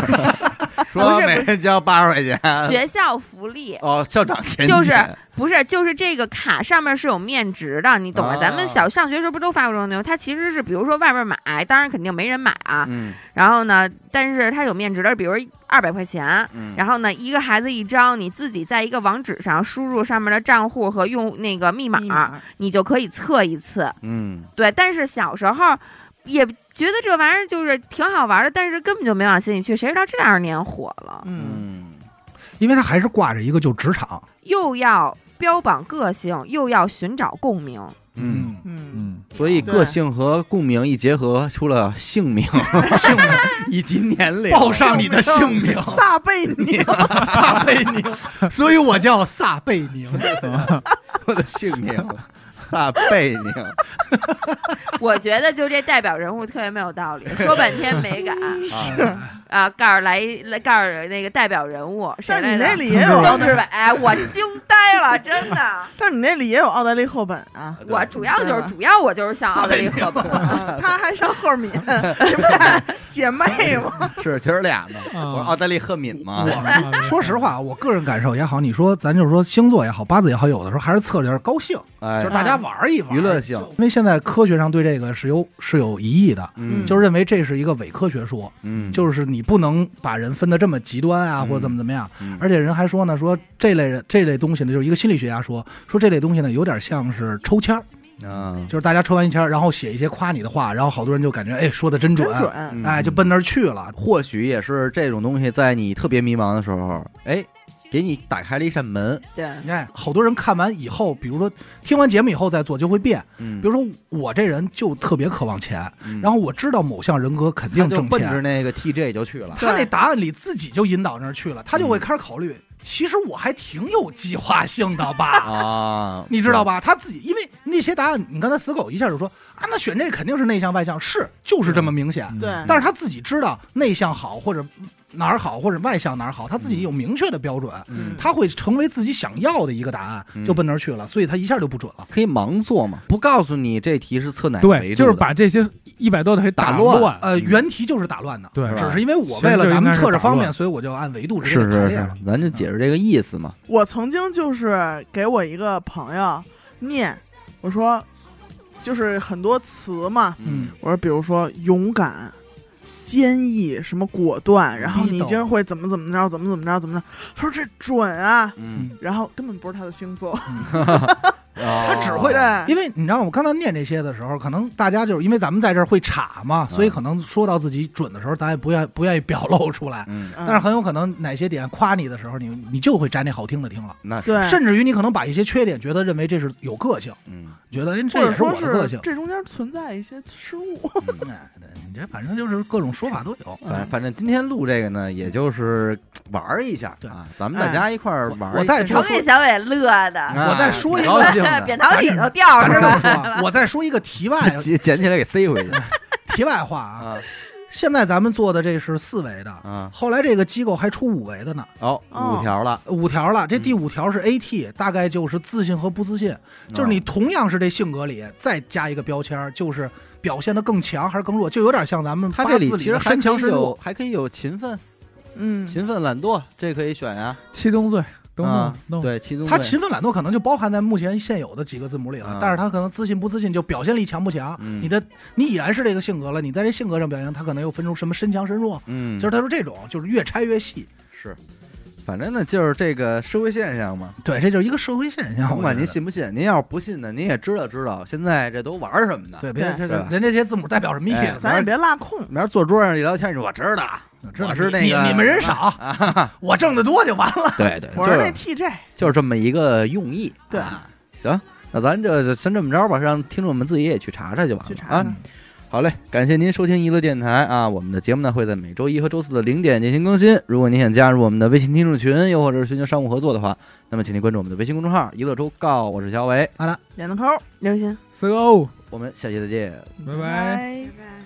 不
说
是
每人交八十块钱。
学校福利。
哦，校长钱锦
就是不是，就是这个卡上面是有面值的，你懂吗？
啊
咱们小上学时候不都发过这种东西？它其实是，比如说外面买，当然肯定没人买啊。
嗯
然后呢，但是它有面值的，比如二百块钱，
嗯，
然后呢，一个孩子一张，你自己在一个网址上输入上面的账户和用那个密码，
密码
你就可以测一次。
嗯
对，但是小时候也觉得这玩意儿就是挺好玩的，但是根本就没往心里去。谁知道这两年火了，
嗯，
嗯，
因为他还是挂着一个就职场，
又要标榜个性，又要寻找共鸣。
嗯，
嗯，
嗯，
所以
对
个性和共鸣一结合，出了姓 名、姓名以及年龄，
报上你的姓名，
嗯
撒贝 宁，
撒贝宁，所以我叫撒贝宁。
我的姓 名，啊撒贝宁。
我觉得就这代表人物特别没有道理，说半天没敢
是
啊，告诉来来告诉那个代表人物，谁
但
来
你那
着？
里也
周
有，啊
志伟，哎我惊呆了，真 的。
但你那里也有奥黛丽·赫本啊，
我主要就是主要我就是像奥黛丽· 赫本，
啊她还上赫敏，你们俩姐妹 嘛，
是，其实俩嘛，
啊
我是奥黛丽·赫敏嘛。
我
说实话，我个人感受也好，你说咱就是说星座也好，八字也好，有的时候还是侧点高兴，
哎
就是，大家玩一玩，
娱乐性
因为现在科学上对这个是有是有疑义的，
嗯，
就认为这是一个伪科学说，
嗯，
就是你不能把人分得这么极端啊，
嗯
或者怎么怎么样。
嗯
而且人还说呢，说这类人这类东西呢，就是一个心理学家说，说这类东西呢有点像是抽签儿，
啊，
就是大家抽完一签儿，然后写一些夸你的话，然后好多人就感觉哎说的真
真
准，
准。
嗯
哎就奔那儿去了。
或许也是这种东西，在你特别迷茫的时候，哎，给你打开了一扇门。
对，
你看，好多人看完以后，比如说听完节目以后再做，就会变。
嗯，
比如说我这人就特别渴望钱，
嗯，
然后我知道某项人格肯
他
定
就
挣
奔着
钱，
那个 TJ 就去了。
他那答案里自己就引导那儿去了，他
嗯
就会开始考虑，其实我还挺有计划性的吧。
啊，
你知道？吧？他自己因为那些答案，你刚才死狗一下就说啊，那选这肯定是内向外向，是就是这么明显。
嗯
对
但是他自己知道内向好或者哪儿好或者外向哪儿好，他自己有明确的标准，
嗯，
他会成为自己想要的一个答
嗯
案，就奔那儿去了，所以他一下就不准了。
可以盲做嘛，不告诉你这题是测哪个维
对，
度
就
的
是把这些一百多的给
打乱
乱，
呃，
嗯
原题就是打乱的，
对
是吧
只是因为我为了咱们测试方
其实就应该是打
便，
乱
所以我就按维度直接
是
给排
是
列
是
了。，
咱就解释这个意思嘛。
我曾经就是给我一个朋友念，我说就是很多词嘛，
嗯，
我说比如说勇敢、坚毅、什么果断，然后
逼
你
斗
一定会怎么怎么着，怎么怎么着，怎么着。他说这准啊，
嗯，哦
然后根本不是他的星座，
他
他只会
对，
因为你知道，我刚才念这些的时候，可能大家就是因为咱们在这儿会岔嘛，所以可能说到自己准的时候，大家不愿不愿意表露出来。
嗯，
嗯
但是很有可能哪些点夸你的时候，你你就会摘那好听的听了，
那是
对，
甚至于你可能把一些缺点觉得认为这是有个性，
嗯，
觉得哎
或
这
者
也是
说
我的个
是
性。
这中间存在一些失误，
嗯
哎，对你这反正就是各种说法都有。
反反正今天录这个呢，也就是玩儿一下
对
啊，咱们大家一块儿
我
玩
我
儿一下。
再
瞧
多说
给，小伟乐的，
哎
我再说一
高
个，
兴的
扁桃体都掉
咱
是
这么说
吧？
啊，我再说一个 题外
捡捡起来给塞回去
题外话哎啊，
啊
现在咱们做的这是四维的，
啊！
后来这个机构还出五维的呢，
哦，
哦
五条了，
五条了。这
嗯
第五条是 AT，、大概就是自信和不自信，就是
嗯
你同样是这性格里再加一个标签儿，就是表现的更强还是更弱，就有点像咱们
他
八
这
字
里
的
其实还
身强
可
身
以有
弱。
还可以有勤奋、
嗯，
勤奋、懒惰，这可以选呀。
七宗罪，等
啊
等，弄，
对，其中
他勤奋懒惰可能就包含在目前现有的几个字母里了，
啊
但是他可能自信不自信就表现力强不强，
嗯
你的你已然是这个性格了，你在这性格上表现，他可能又分出什么身强身弱。
嗯，
就是他说这种就是越拆越细，
是，反正呢就是这个社会现象嘛。
对，这就是一个社会现象。
甭管
我觉
您
得
信不信，您要是不信呢，您也知道知道，现在这都玩儿什么呢？
对，别
对
这
是吧
人这些字母代表什么意
哎
思？
咱也别落空，
明儿坐桌上一聊天，你说我知道啊，
知道
我是那
你
个
你你们人少， 我挣得多就完了。
对 对，
我
就是
那 TJ，
就是这么一个用意。
对
啊，行，那咱这就先这么着吧，让听众们自己也去查查就完了。
去查
啊
查。
好嘞，感谢您收听娱乐电台啊！我们的节目呢会在每周一和周四的零点进行更新。如果您想加入我们的微信听众群，又或者是寻求商务合作的话，那么请您关注我们的微信公众号“娱乐周告”，我是小伟，
眼子抠，
刘星，
，CO，
我们下期再见。
拜
拜
拜。
拜。